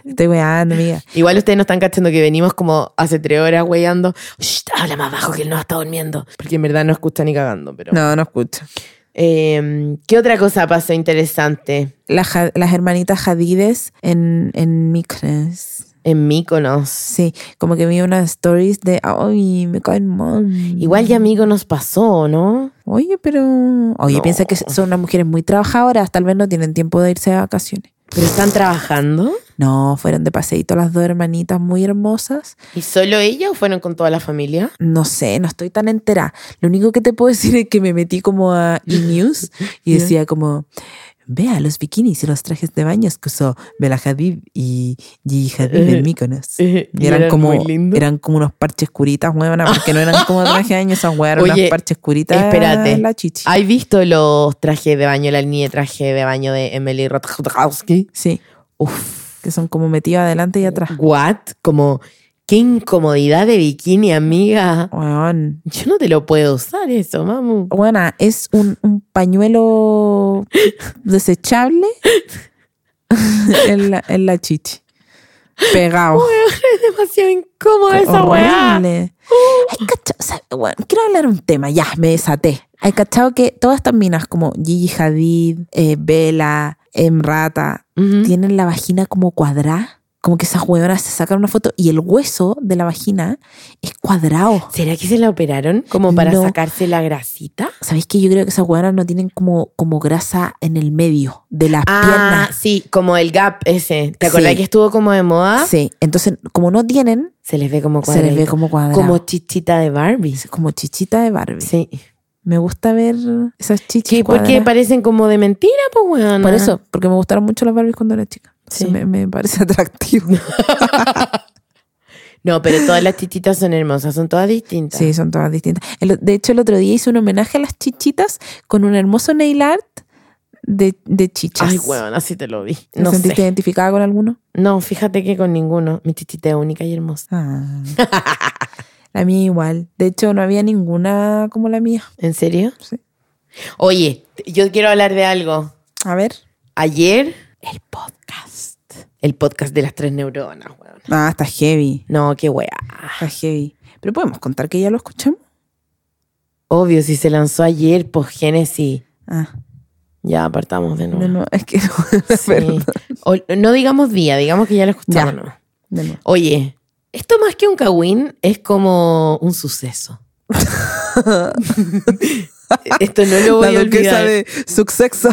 Te Estoy weando, amiga.
Igual ustedes no están cachando que venimos como hace tres horas weyando. "Shh, habla más bajo que él no está durmiendo. Porque en verdad no escucha ni cagando, pero.
No, no escucho.
Eh, ¿Qué otra cosa pasó interesante
La Ja- las hermanitas Jadides en, en Micres.
en Míconos?
Sí, como que vi unas stories de, ay, me caen mal.
Igual ya Míconos pasó, ¿no?
Oye, pero... Oye,
No.
piensa que son unas mujeres muy trabajadoras, tal vez no tienen tiempo de irse de vacaciones.
Pero están trabajando.
No, fueron de paseíto las dos hermanitas muy hermosas.
¿Y solo ella o fueron con toda la familia?
No sé, no estoy tan entera. Lo único que te puedo decir es que me metí como a E-News y
Ya.
decía como, Vea los bikinis y los trajes de baños que usó Bela Hadid y Gigi Hadid en Mykonos.
eh,
Y eran,
eran
como,
muy lindos.
eran como unos parches curitas, huevona, porque no eran como trajes de baño, esas huevas eran
Oye,
unos parches curitas.
espérate.
La chichi.
¿Has visto los trajes de baño, la línea de traje de baño de Emily Ratajkowski?
Sí. Uf. Que son como metidos adelante y
Oh.
atrás.
What? Como, qué incomodidad de bikini, amiga.
Weón.
Yo no te lo puedo usar eso, mamu.
Buena, es un, un pañuelo desechable en, la, en la chichi. Pegado.
Es demasiado incómoda esa weá. Uh.
Horrible. Ay, cachao, o sea, bueno, quiero hablar un tema, ya, me desaté. Hay cachado que todas estas minas como Gigi Hadid, eh, Bella, Emrata,
Ujú.
tienen la vagina como cuadrada. Como que esas huevonas se sacan una foto y el hueso de la vagina es cuadrado.
¿Será que se la operaron como para
No.
sacarse la grasita?
¿Sabéis que yo creo que esas huevonas no tienen como, como grasa en el medio de las
Ah,
piernas?
sí, como el gap ese. ¿Te acordás
Sí.
que estuvo como de moda?
Sí, entonces como no tienen,
Se les ve ¿ah? como
se les ve
cuadradito.
como cuadrado.
como chichita de Barbie.
Es como chichita de Barbie.
Sí.
Me gusta ver esas chichis
Sí, pues, porque
cuadradas.
parecen como de mentira, pues, weón.
Por eso, porque me gustaron mucho las Barbies cuando era chica. Entonces
Sí.
Me, me parece atractivo.
No, pero todas las chichitas son hermosas, son todas distintas.
sí, son todas distintas. El- de hecho, el otro día hice un homenaje a las chichitas con un hermoso nail art de, de chichas.
Ay, weón, así te lo vi.
¿Te
No
sentiste
sé.
identificada con alguno?
No, fíjate que con ninguno. Mi chichita es única y hermosa.
Ah. la mía igual. De hecho, no había ninguna como la mía.
¿En serio?
Sí.
Oye, t- yo quiero hablar de algo.
A ver.
Ayer,
El podcast.
el podcast de las tres neuronas, weón.
Ah, está heavy.
No, qué weá.
Está heavy. Pero podemos contar que ya lo escuchamos.
Obvio, si se lanzó ayer, pues Génesis.
Ah,
Ya apartamos de nuevo.
de nuevo. Es que no,
Sí. O- no digamos día, digamos que ya lo escuchamos.
Ya.
¿no?
De nuevo.
Oye, esto más que un cagüín es como un suceso. esto no lo voy
la
a
duquesa
olvidar.
de Succexo.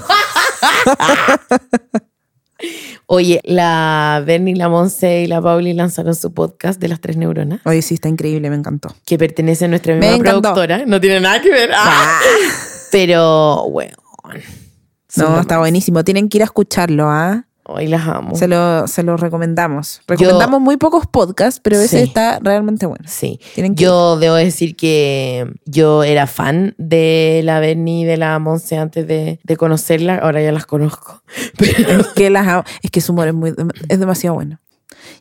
Oye, la Bernie, la Monse y la Pauli lanzaron su podcast de las tres neuronas,
Oye, sí, está increíble, me encantó.
que pertenece a nuestra
Me
misma
encantó.
productora. No tiene nada que ver. ¡Ah! Pero, weón. son
No,
lo
está
más.
buenísimo. Tienen que ir a escucharlo, ¿ah?
Hoy las amo.
Se lo, se lo recomendamos. Recomendamos muy pocos podcasts, pero ese
Sí.
está realmente bueno.
Sí.
Tienen que
Yo debo decir que yo era fan de la Bernie y de la Monse antes de, de conocerla. Ahora ya las conozco. Pero
ir. Que las, amo. es que su humor es, muy, es demasiado bueno.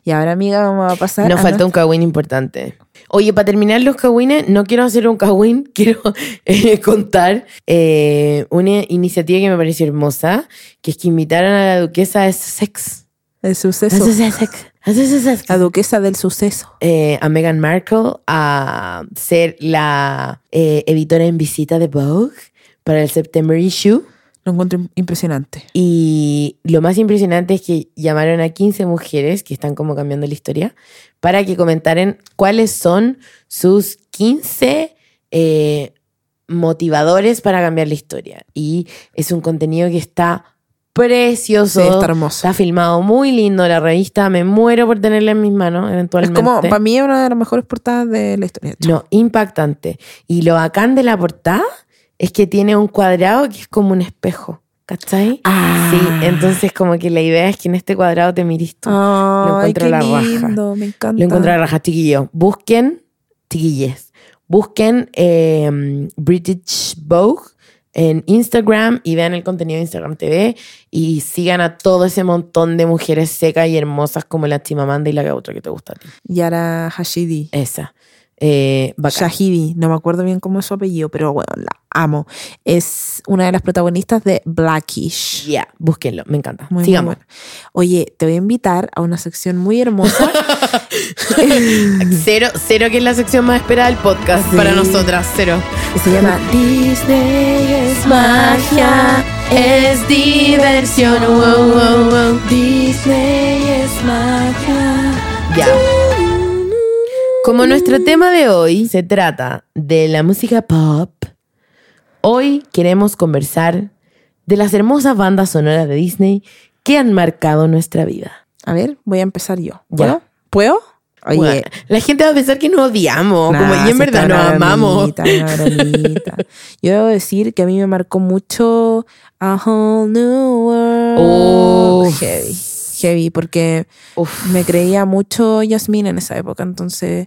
Y ahora, amiga, vamos a pasar.
nos
a
falta un cagüín importante. Oye, para terminar los cagüines, no quiero hacer un cagüín, quiero eh, contar eh, una iniciativa que me pareció hermosa, que es que invitaran a la duquesa de Sussex.
nuestro- el suceso.
Sussex. A Sussex.
La duquesa del suceso.
eh, a Meghan Markle a ser la eh, editora en visita de Vogue para el September issue.
Lo encuentro im- impresionante.
Y lo más impresionante es que llamaron a 15 mujeres que están como cambiando la historia para que comentaran cuáles son sus 15 eh, motivadores para cambiar la historia. Y es un contenido que está
Sí,
precioso.
está
está,
hermoso.
filmado muy lindo la revista. Me muero por tenerla en mis manos
Es
eventualmente.
como, para mí, es una de las mejores portadas de la historia.
No, impactante. Y lo bacán de la portada es que tiene un cuadrado que es como un espejo. ¿Cachai?
Ah.
Sí, entonces como que la idea es que en este cuadrado te mirís tú.
Ay,
encuentro
qué
la raja.
lindo, me encanta.
Lo encontré a raja, chiquillo. Busquen, chiquilles, busquen eh, British Vogue en Instagram y vean el contenido de Instagram TV y sigan a todo ese montón de mujeres secas y hermosas como la Chimamanda y la que otra que te gusta a ti.
Yara Hashidi.
Esa. Eh, bacán.
Shahidi, no me acuerdo bien cómo es su apellido, pero bueno, la amo. Es una de las protagonistas de Blackish.
Yeah, búsquenlo, me encanta.
Muy, muy
Sigamos.
buena. Oye, te voy a invitar a una sección muy hermosa.
Cero, cero que es la sección más esperada del podcast
Sí.
para nosotras, cero.
que se llama Disney es magia.
es diversión.
Disney es magia.
Ya. Como nuestro tema de hoy se trata de la música pop, hoy queremos conversar de las hermosas bandas sonoras de Disney que han marcado nuestra vida.
A ver, voy a empezar yo.
Ya.
¿Puedo? ¿Puedo? Oye,
Bueno, la gente va a pensar que nos odiamos,
nah,
como y
sí,
en
está
verdad nos
una
amamos.
bromita, una bromita. Yo debo decir que a mí me marcó mucho A Whole New World.
Oh.
Heavy, heavy, porque
Uf.
me creía mucho Yasmin en esa época, entonces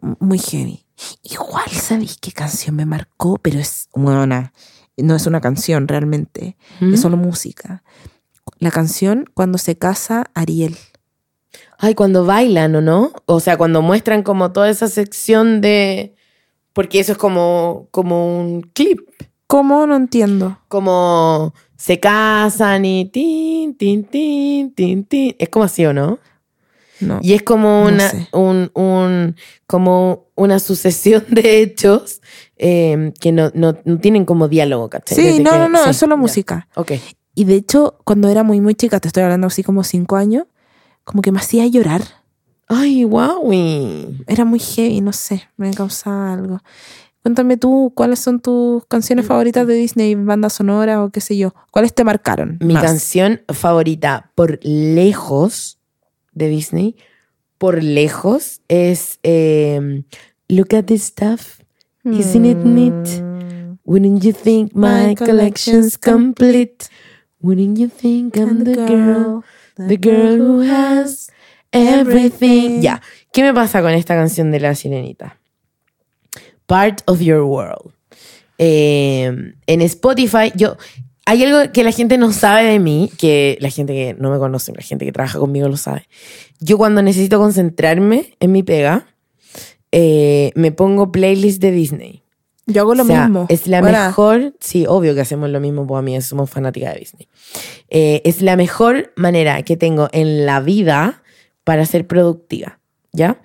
m- muy heavy. Igual, ¿sabéis qué canción me marcó? Pero es una, no es una canción realmente,
¿Mm?
es solo música. La canción Cuando se casa Ariel.
Ay, cuando bailan, ¿o no? O sea, cuando muestran como toda esa sección de... Porque eso es como, como un clip,
¿Cómo? No entiendo.
como se casan y tin, tin, tin, tin, tin. Es como así, ¿o no?
No.
Y es como
No
una,
sé.
un, un- como una sucesión de hechos eh, que no, no, no tienen como diálogo, ¿cachai?
Sí,
Desde
no,
que-
no, no,
sí,
es solo
ya.
música.
Ok.
Y de hecho, cuando era muy, muy chica, te estoy hablando así como cinco años, como que me hacía llorar.
Ay, guau.
Era muy heavy, no sé, me causaba algo. Cuéntame tú, ¿cuáles son tus
Mm.
canciones favoritas de Disney, bandas sonoras o qué sé yo? ¿Cuáles te marcaron?
Mi
más?
canción favorita por lejos de Disney, por lejos, es eh, Look at this stuff. Isn't it neat?
Mm.
Wouldn't you think my, collection's complete? Wouldn't you think I'm the girl, the girl who has everything? Ya,
everything.
¿qué me pasa con esta canción de La Sirenita? Part of Your World. Eh, en Spotify, yo. Hay algo que la gente no sabe de mí, que la gente que no me conoce, la gente que trabaja conmigo lo sabe. Yo cuando necesito concentrarme en mi pega, eh, me pongo playlist de Disney.
Yo hago lo
O sea,
mismo.
Es la
Buena.
mejor, sí, obvio que hacemos lo mismo, pues a mí somos fanáticas de Disney. Eh, es la mejor manera que tengo en la vida para ser productiva, ¿ya?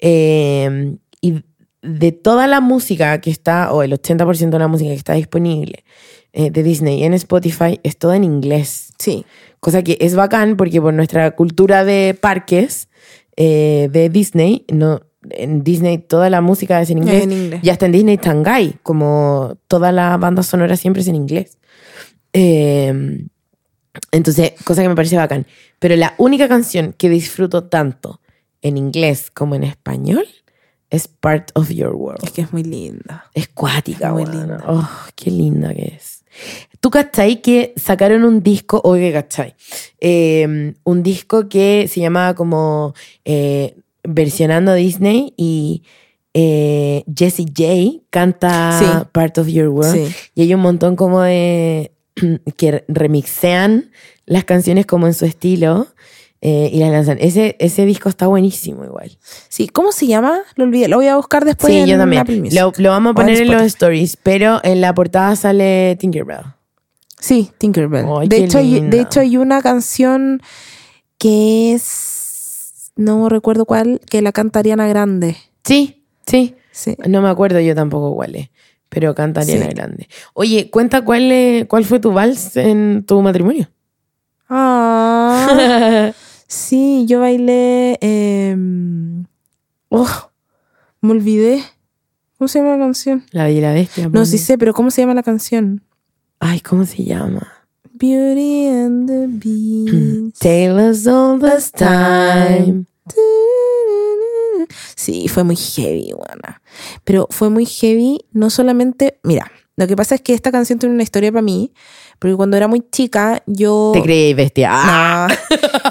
Eh, y de toda la música que está, o el 80% de la música que está disponible eh, de Disney en Spotify, es toda en inglés.
Sí.
Cosa que es bacán porque por nuestra cultura de parques eh, de Disney, no, en Disney toda la música es en inglés.
En inglés.
Y hasta en Disney Shanghai, como toda la banda sonora siempre es en inglés. Eh, entonces, cosa que me parece bacán. Pero la única canción que disfruto tanto en inglés como en español es Part of Your World.
Es que es muy linda.
Es cuática,
Es muy
muy linda.
linda.
Oh, qué linda que es. ¿Tú cachai que sacaron un disco, oye, cachai? Eh, un disco que se llamaba como eh, Versionando Disney y eh, Jessie J canta
Sí.
Part of Your World.
Sí.
Y hay un montón como de que remixean las canciones como en su estilo eh, y las lanzan. Ese, ese disco está buenísimo igual.
Sí, ¿cómo se llama? Lo olvidé. Lo voy a buscar después.
Sí, yo
en
también.
Apple Music.
Lo, lo vamos a
O en
poner en los
Spotify.
stories, pero en la portada sale Tinkerbell.
Sí, Tinkerbell.
Ay,
de,
qué
hecho, hay,
linda.
de hecho, hay una canción que es. No recuerdo cuál, que la canta Ariana Grande.
Sí, sí.
Sí.
No me acuerdo yo tampoco cuál es, pero canta Ariana
Sí.
Grande. Oye, cuenta cuál, eh, cuál fue tu vals en tu matrimonio.
Ah, sí, yo bailé. eh, oh, me olvidé. ¿Cómo se llama la canción?
la Bella y la Bestia.
No,
ponle.
sí sé, pero ¿cómo se llama la canción?
Ay, ¿cómo se llama?
Beauty and the Beast.
Tale us all this time.
Sí, fue muy heavy, buena. Pero fue muy heavy, no solamente. Mira, lo que pasa es que esta canción tiene una historia para mí, porque cuando era muy chica, yo.
Te creí bestia. Ah,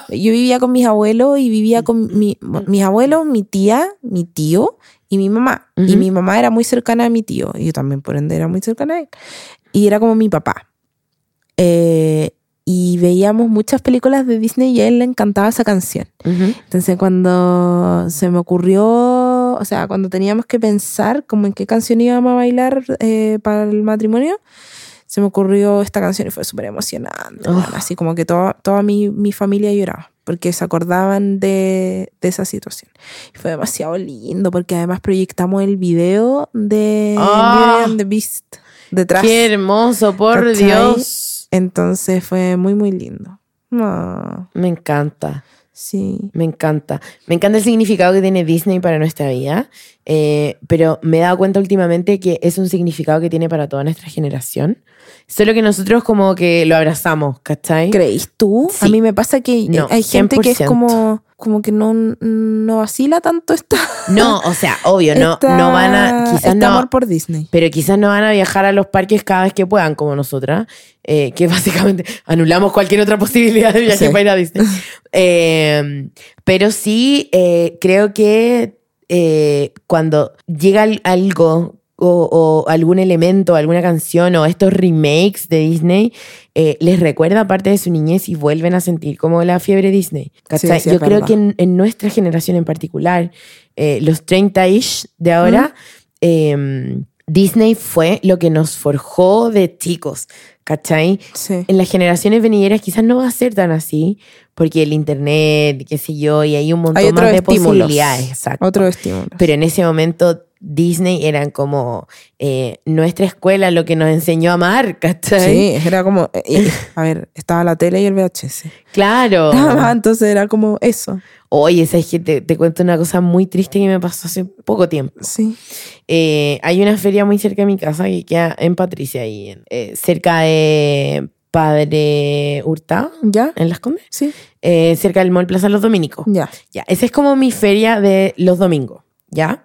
No. Yo vivía con mis abuelos y vivía con mi- mis abuelos, mi tía, mi tío y mi mamá. Y
Ujú.
mi mamá era muy cercana a mi tío, y yo también, por ende, era muy cercana a él. Y era como mi papá. Eh, y veíamos muchas películas de Disney y a él le encantaba esa canción.
ujú.
Entonces cuando se me ocurrió, o sea, cuando teníamos que pensar como en qué canción íbamos a bailar eh, para el matrimonio, se me ocurrió esta canción y fue súper emocionante.
Oh.
bueno, así como que toda, toda mi, mi familia lloraba porque se acordaban de, de esa situación. Y fue demasiado lindo porque además proyectamos el video de
Ah.
Beauty and the Beast detrás.
Qué hermoso, por
¿Cachai?
Dios.
Entonces fue muy, muy lindo. Ah,
Me encanta.
sí.
Me encanta. Me encanta el significado que tiene Disney para nuestra vida, eh, pero me he dado cuenta últimamente que es un significado que tiene para toda nuestra generación. Solo que nosotros como que lo abrazamos, ¿cachai?
¿Creís tú?
Sí.
A mí me pasa que eh,
No,
hay gente que es
100%.
como, como que no, no vacila tanto esta.
No, o sea, obvio, no,
esta-
no van a. Quizás
este
no.
amor por Disney.
Pero quizás no van a viajar a los parques cada vez que puedan, como nosotras, eh, que básicamente anulamos cualquier otra posibilidad de viaje
Sí.
para ir a Disney. Eh, pero sí, eh, creo que eh, cuando llega al- algo o, o algún elemento, alguna canción o estos remakes de Disney, eh, les recuerda parte de su niñez y vuelven a sentir como la fiebre Disney. ¿cachai?
sí, es
Yo creo
verdad.
que en, en nuestra generación en particular, eh, los 30-ish de ahora, eh, Disney fue lo que nos forjó de chicos, ¿cachai?
Sí.
En las generaciones venideras quizás no va a ser tan así, porque el internet, qué sé yo, y hay un montón
Hay otros
más de
estímulos.
posibilidades. Exacto.
Otro estímulo.
Pero en ese momento Disney eran como eh, nuestra escuela, lo que nos enseñó a amar, ¿cachai?
Sí, era como, eh, eh, a ver, estaba la tele y el VHS.
Claro.
Nada más, entonces era como eso.
Oye, sabes que te, te cuento una cosa muy triste que me pasó hace poco tiempo.
Sí.
Eh, hay una feria muy cerca de mi casa que queda en Patricia, ahí, en- eh, cerca de Padre Hurtado,
¿Ya?
en Las Condes,
Sí.
eh, cerca del Mall Plaza Los Dominicos.
Ya.
Ya, esa es como mi feria de los domingos, ¿ya?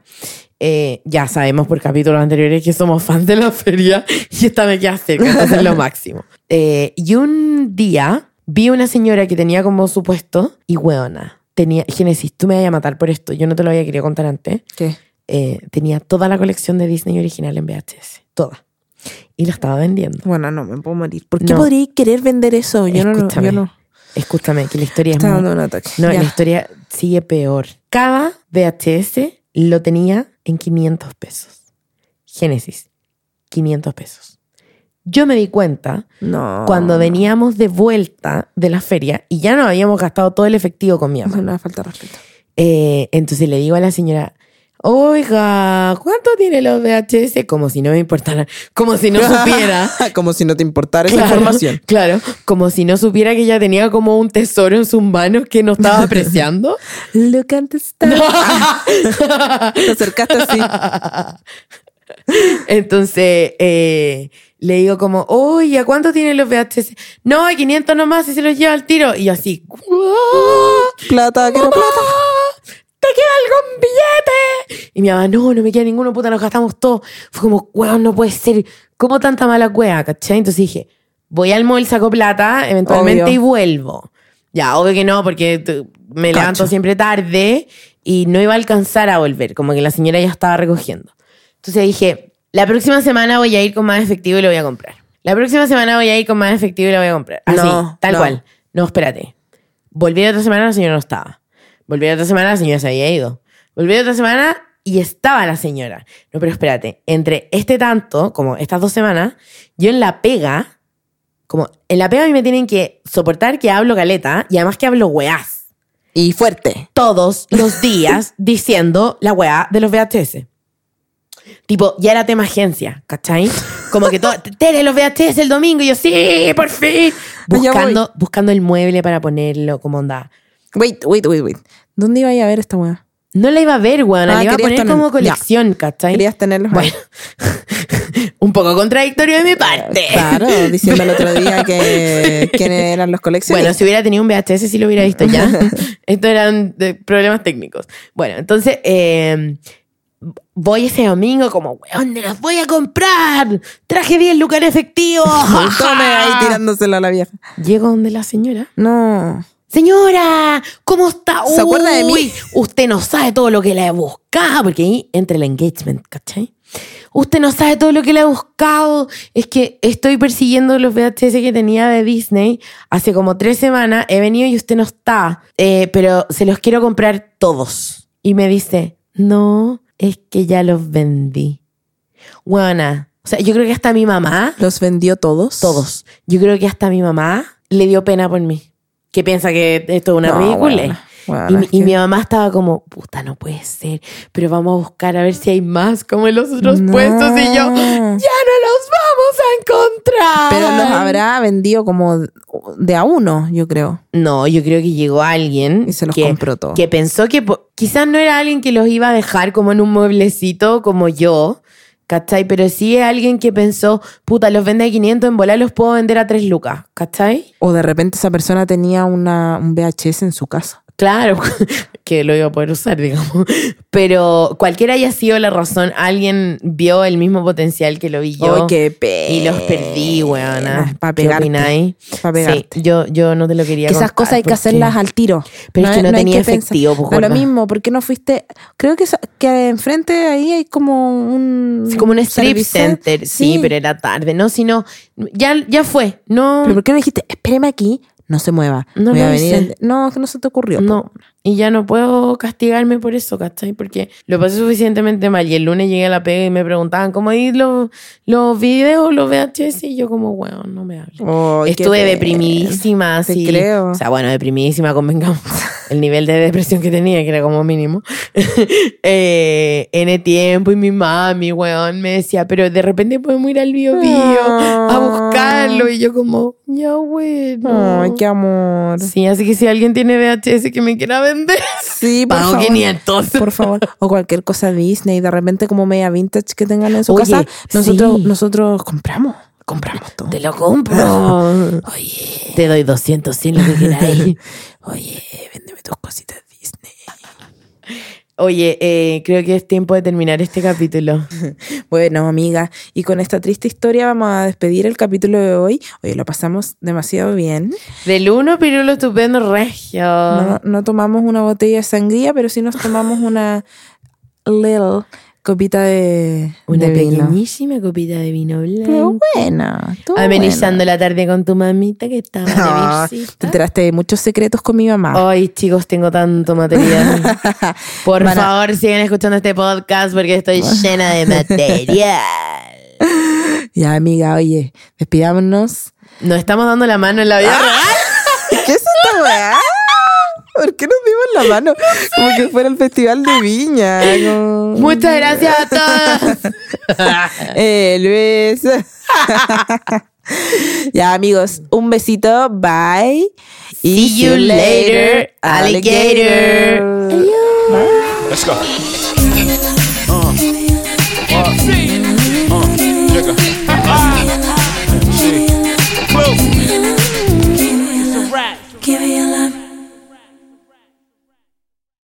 Eh, ya sabemos por capítulos anteriores que somos fans de la feria y esta me queda cerca, entonces lo máximo. Eh, y un día vi una señora que tenía como su puesto y hueona, tenía, Génesis, tú me vas a matar por esto, yo no te lo había querido contar antes,
¿Qué?
eh, tenía toda la colección de Disney original en VHS, toda. Y la estaba vendiendo.
Bueno, no, me puedo morir. ¿Por qué
No.
podría querer vender eso? Yo
Escúchame,
no lo. Yo no.
Escúchame, que la historia es
Está
muy
dando un ataque.
No,
Ya.
la historia sigue peor. Cada VHS lo tenía en 500 pesos. Génesis, 500 pesos. Yo me di cuenta
No.
cuando veníamos de vuelta de la feria y ya no habíamos gastado todo el efectivo con mi
Es
mamá.
una falta de respeto.
Eh, entonces le digo a la señora, oiga, ¿cuánto tiene los VHS? Como si no me importara, como si no supiera.
como si no te importara
Claro, Claro, como si no supiera que ella tenía como un tesoro en sus manos que no estaba apreciando.
Look at the star. Ah. Te acercaste así.
Entonces eh, le digo como, oye, ¿a cuánto tienen los VHS? No, a 500 nomás y se los lleva al tiro. Y yo así, "¿What?
Plata, quiero
¡Mamá!
plata.
¿Te queda algún billete? Y mi mamá, no, no me queda ninguno, puta, nos gastamos todo. Fue como, weón, no puede ser. ¿Cómo tanta mala cueva, cachai? Entonces dije, voy al mall, saco plata, eventualmente
Obvio.
y vuelvo. Ya, obvio que no, porque t- me
Cacho.
levanto siempre tarde y no iba a alcanzar a volver, como que la señora ya estaba recogiendo. Entonces dije, la próxima semana voy a ir con más efectivo y lo voy a comprar. La próxima semana voy a ir con más efectivo y lo voy a comprar. Así,
No,
tal
no.
cual. No, espérate. Volví la otra semana, la señora no estaba. Volví la otra semana, la señora se había ido. Volví la otra semana y estaba la señora. No, pero espérate. Entre este tanto, como estas dos semanas, yo en la pega, como en la pega a mí me tienen que soportar que hablo caleta y además que hablo weás
Y fuerte.
todos los días diciendo la weá de los VHS. Tipo, ya era tema agencia, ¿cachai? Como que todo, tele los VHS el domingo, y yo, sí, por
Ah,
fin.
Allá
Buscando, buscando el mueble para ponerlo, como onda.
Wait, wait, wait, wait. ¿Dónde iba a ir a ver esta weá?
No la iba a ver, weón,
Ah,
la iba a
querías
poner
tener-
como
ya.
colección, ¿cachai?
Querías tenerlos ahí.
Bueno, un poco contradictorio de mi parte.
Claro, diciendo el otro día que quiénes eran los
Bueno,
coleccionistas.
si hubiera tenido un VHS sí lo hubiera visto ya. Estos eran de problemas técnicos. Bueno, entonces eh, voy ese domingo como, ¿dónde los voy a comprar? Traje 10 lucas en efectivo.
Tome ahí tirándoselo a la vieja.
Llego donde la señora.
No.
Señora, ¿cómo está?
¿Se acuerda de mí?
Uy, Usted no sabe todo lo que la he buscado, porque ahí entra el engagement, ¿cachai? Usted no sabe todo lo que le he buscado. Es que estoy persiguiendo los VHS que tenía de Disney hace como tres semanas. He venido y usted no está. Eh, pero se los quiero comprar todos. Y me dice, no, es que ya los vendí. Buena. O sea, yo creo que hasta mi mamá
¿Los vendió todos?
todos. Yo creo que hasta mi mamá le dio pena por mí. Que piensa que esto es una
No,
ridícula.
weona, weona,
y, mi-
es
y
que-
mi mamá estaba como, puta, no puede ser, pero vamos a buscar a ver si hay más como en los otros
No.
puestos. Y yo, ya no los vamos a encontrar.
Pero los habrá vendido como de a uno, yo creo.
No, yo creo que llegó alguien
Y se los
que,
compró todo.
que pensó que po- quizás no era alguien que los iba a dejar como en un mueblecito como yo, ¿cachai? Pero sí es alguien que pensó, puta, los vende a 500, en volar los puedo vender a 3 lucas, ¿cachai?
O de repente esa persona tenía una, un VHS en su casa.
Claro, que lo iba a poder usar, digamos. Pero cualquiera haya sido la razón, alguien vio el mismo potencial que lo vi yo.
Ay, qué pena.
Y los perdí, weona.
Para
¿Qué
pegarte.
opináis?
Pa' pegarte.
Sí, yo, yo no te lo quería
Que esas
contar
cosas hay que
porque-
hacerlas al tiro.
Pero es que no
hay
tenía
pensar.
efectivo, pues,
No, lo
gorda.
mismo, ¿por qué no fuiste? Creo que, esa- que enfrente ahí hay como un.
Sí, como un strip
service
center, sí. pero era tarde. No, si no, ya, ya fue. No,
Pero ¿por qué no dijiste, espéreme aquí, no se mueva?
No
voy a
lo
venir
hice.
en- No, es que no se te ocurrió.
no. Y ya no puedo castigarme por eso, ¿cachai? Porque lo pasé suficientemente mal. Y el lunes llegué a la pega y me preguntaban, ¿cómo hay los, los videos, los VHS? Y yo como, bueno, no me hables.
Ay, qué
Estuve
pena.
deprimidísima,
Te
así.
creo.
O sea, bueno, deprimidísima, convengamos. El nivel de depresión que tenía, que era como mínimo. eh, N tiempo y mi mami, weón, me decía, pero de repente podemos ir al bio
Ah.
a buscarlo. Y yo como, ya, bueno.
Ay, qué amor.
Sí, así que si alguien tiene VHS que me quiera vender,
Sí, por
pago
favor.
500.
Por favor. O cualquier cosa Disney, de repente como media vintage que tengan en su
Oye,
casa.
sí.
Nosotros, nosotros compramos. Compramos todo.
Te lo compro. Oye. Te doy 200, 100, lo que queráis.
Oye, véndeme tus cositas Disney.
Oye, eh, creo que es tiempo de terminar este capítulo.
Bueno, amiga, y con esta triste historia vamos a despedir el capítulo de hoy. Oye, lo pasamos demasiado bien.
Del uno pirulo estupendo regio. Ah.
No, no tomamos una botella de sangría, pero sí nos tomamos una little copita de,
Una
de vino.
pequeñísima copita de vino
Pero
blanco.
buena. estuvo
Amenizando la tarde con tu mamita que estaba
buena. Ah,
de
te
visita. Oh,
enteraste de muchos secretos con mi mamá.
Ay, chicos, tengo tanto material. Por
Van a-
favor, sigan escuchando este podcast porque estoy llena de material.
Ya, amiga, oye, despidámonos.
Nos estamos dando la mano en la vida real.
¿Qué es esta weá? ¿Por qué nos dimos la mano? Como que fuera el festival de viña. como-
Muchas gracias a todos.
Eh, Luis. ya, amigos, un besito. Bye. Y
See you later, alligator.
Let's go. Uh, uh, uh, checa. Ah, sí. Close.
Give me your love.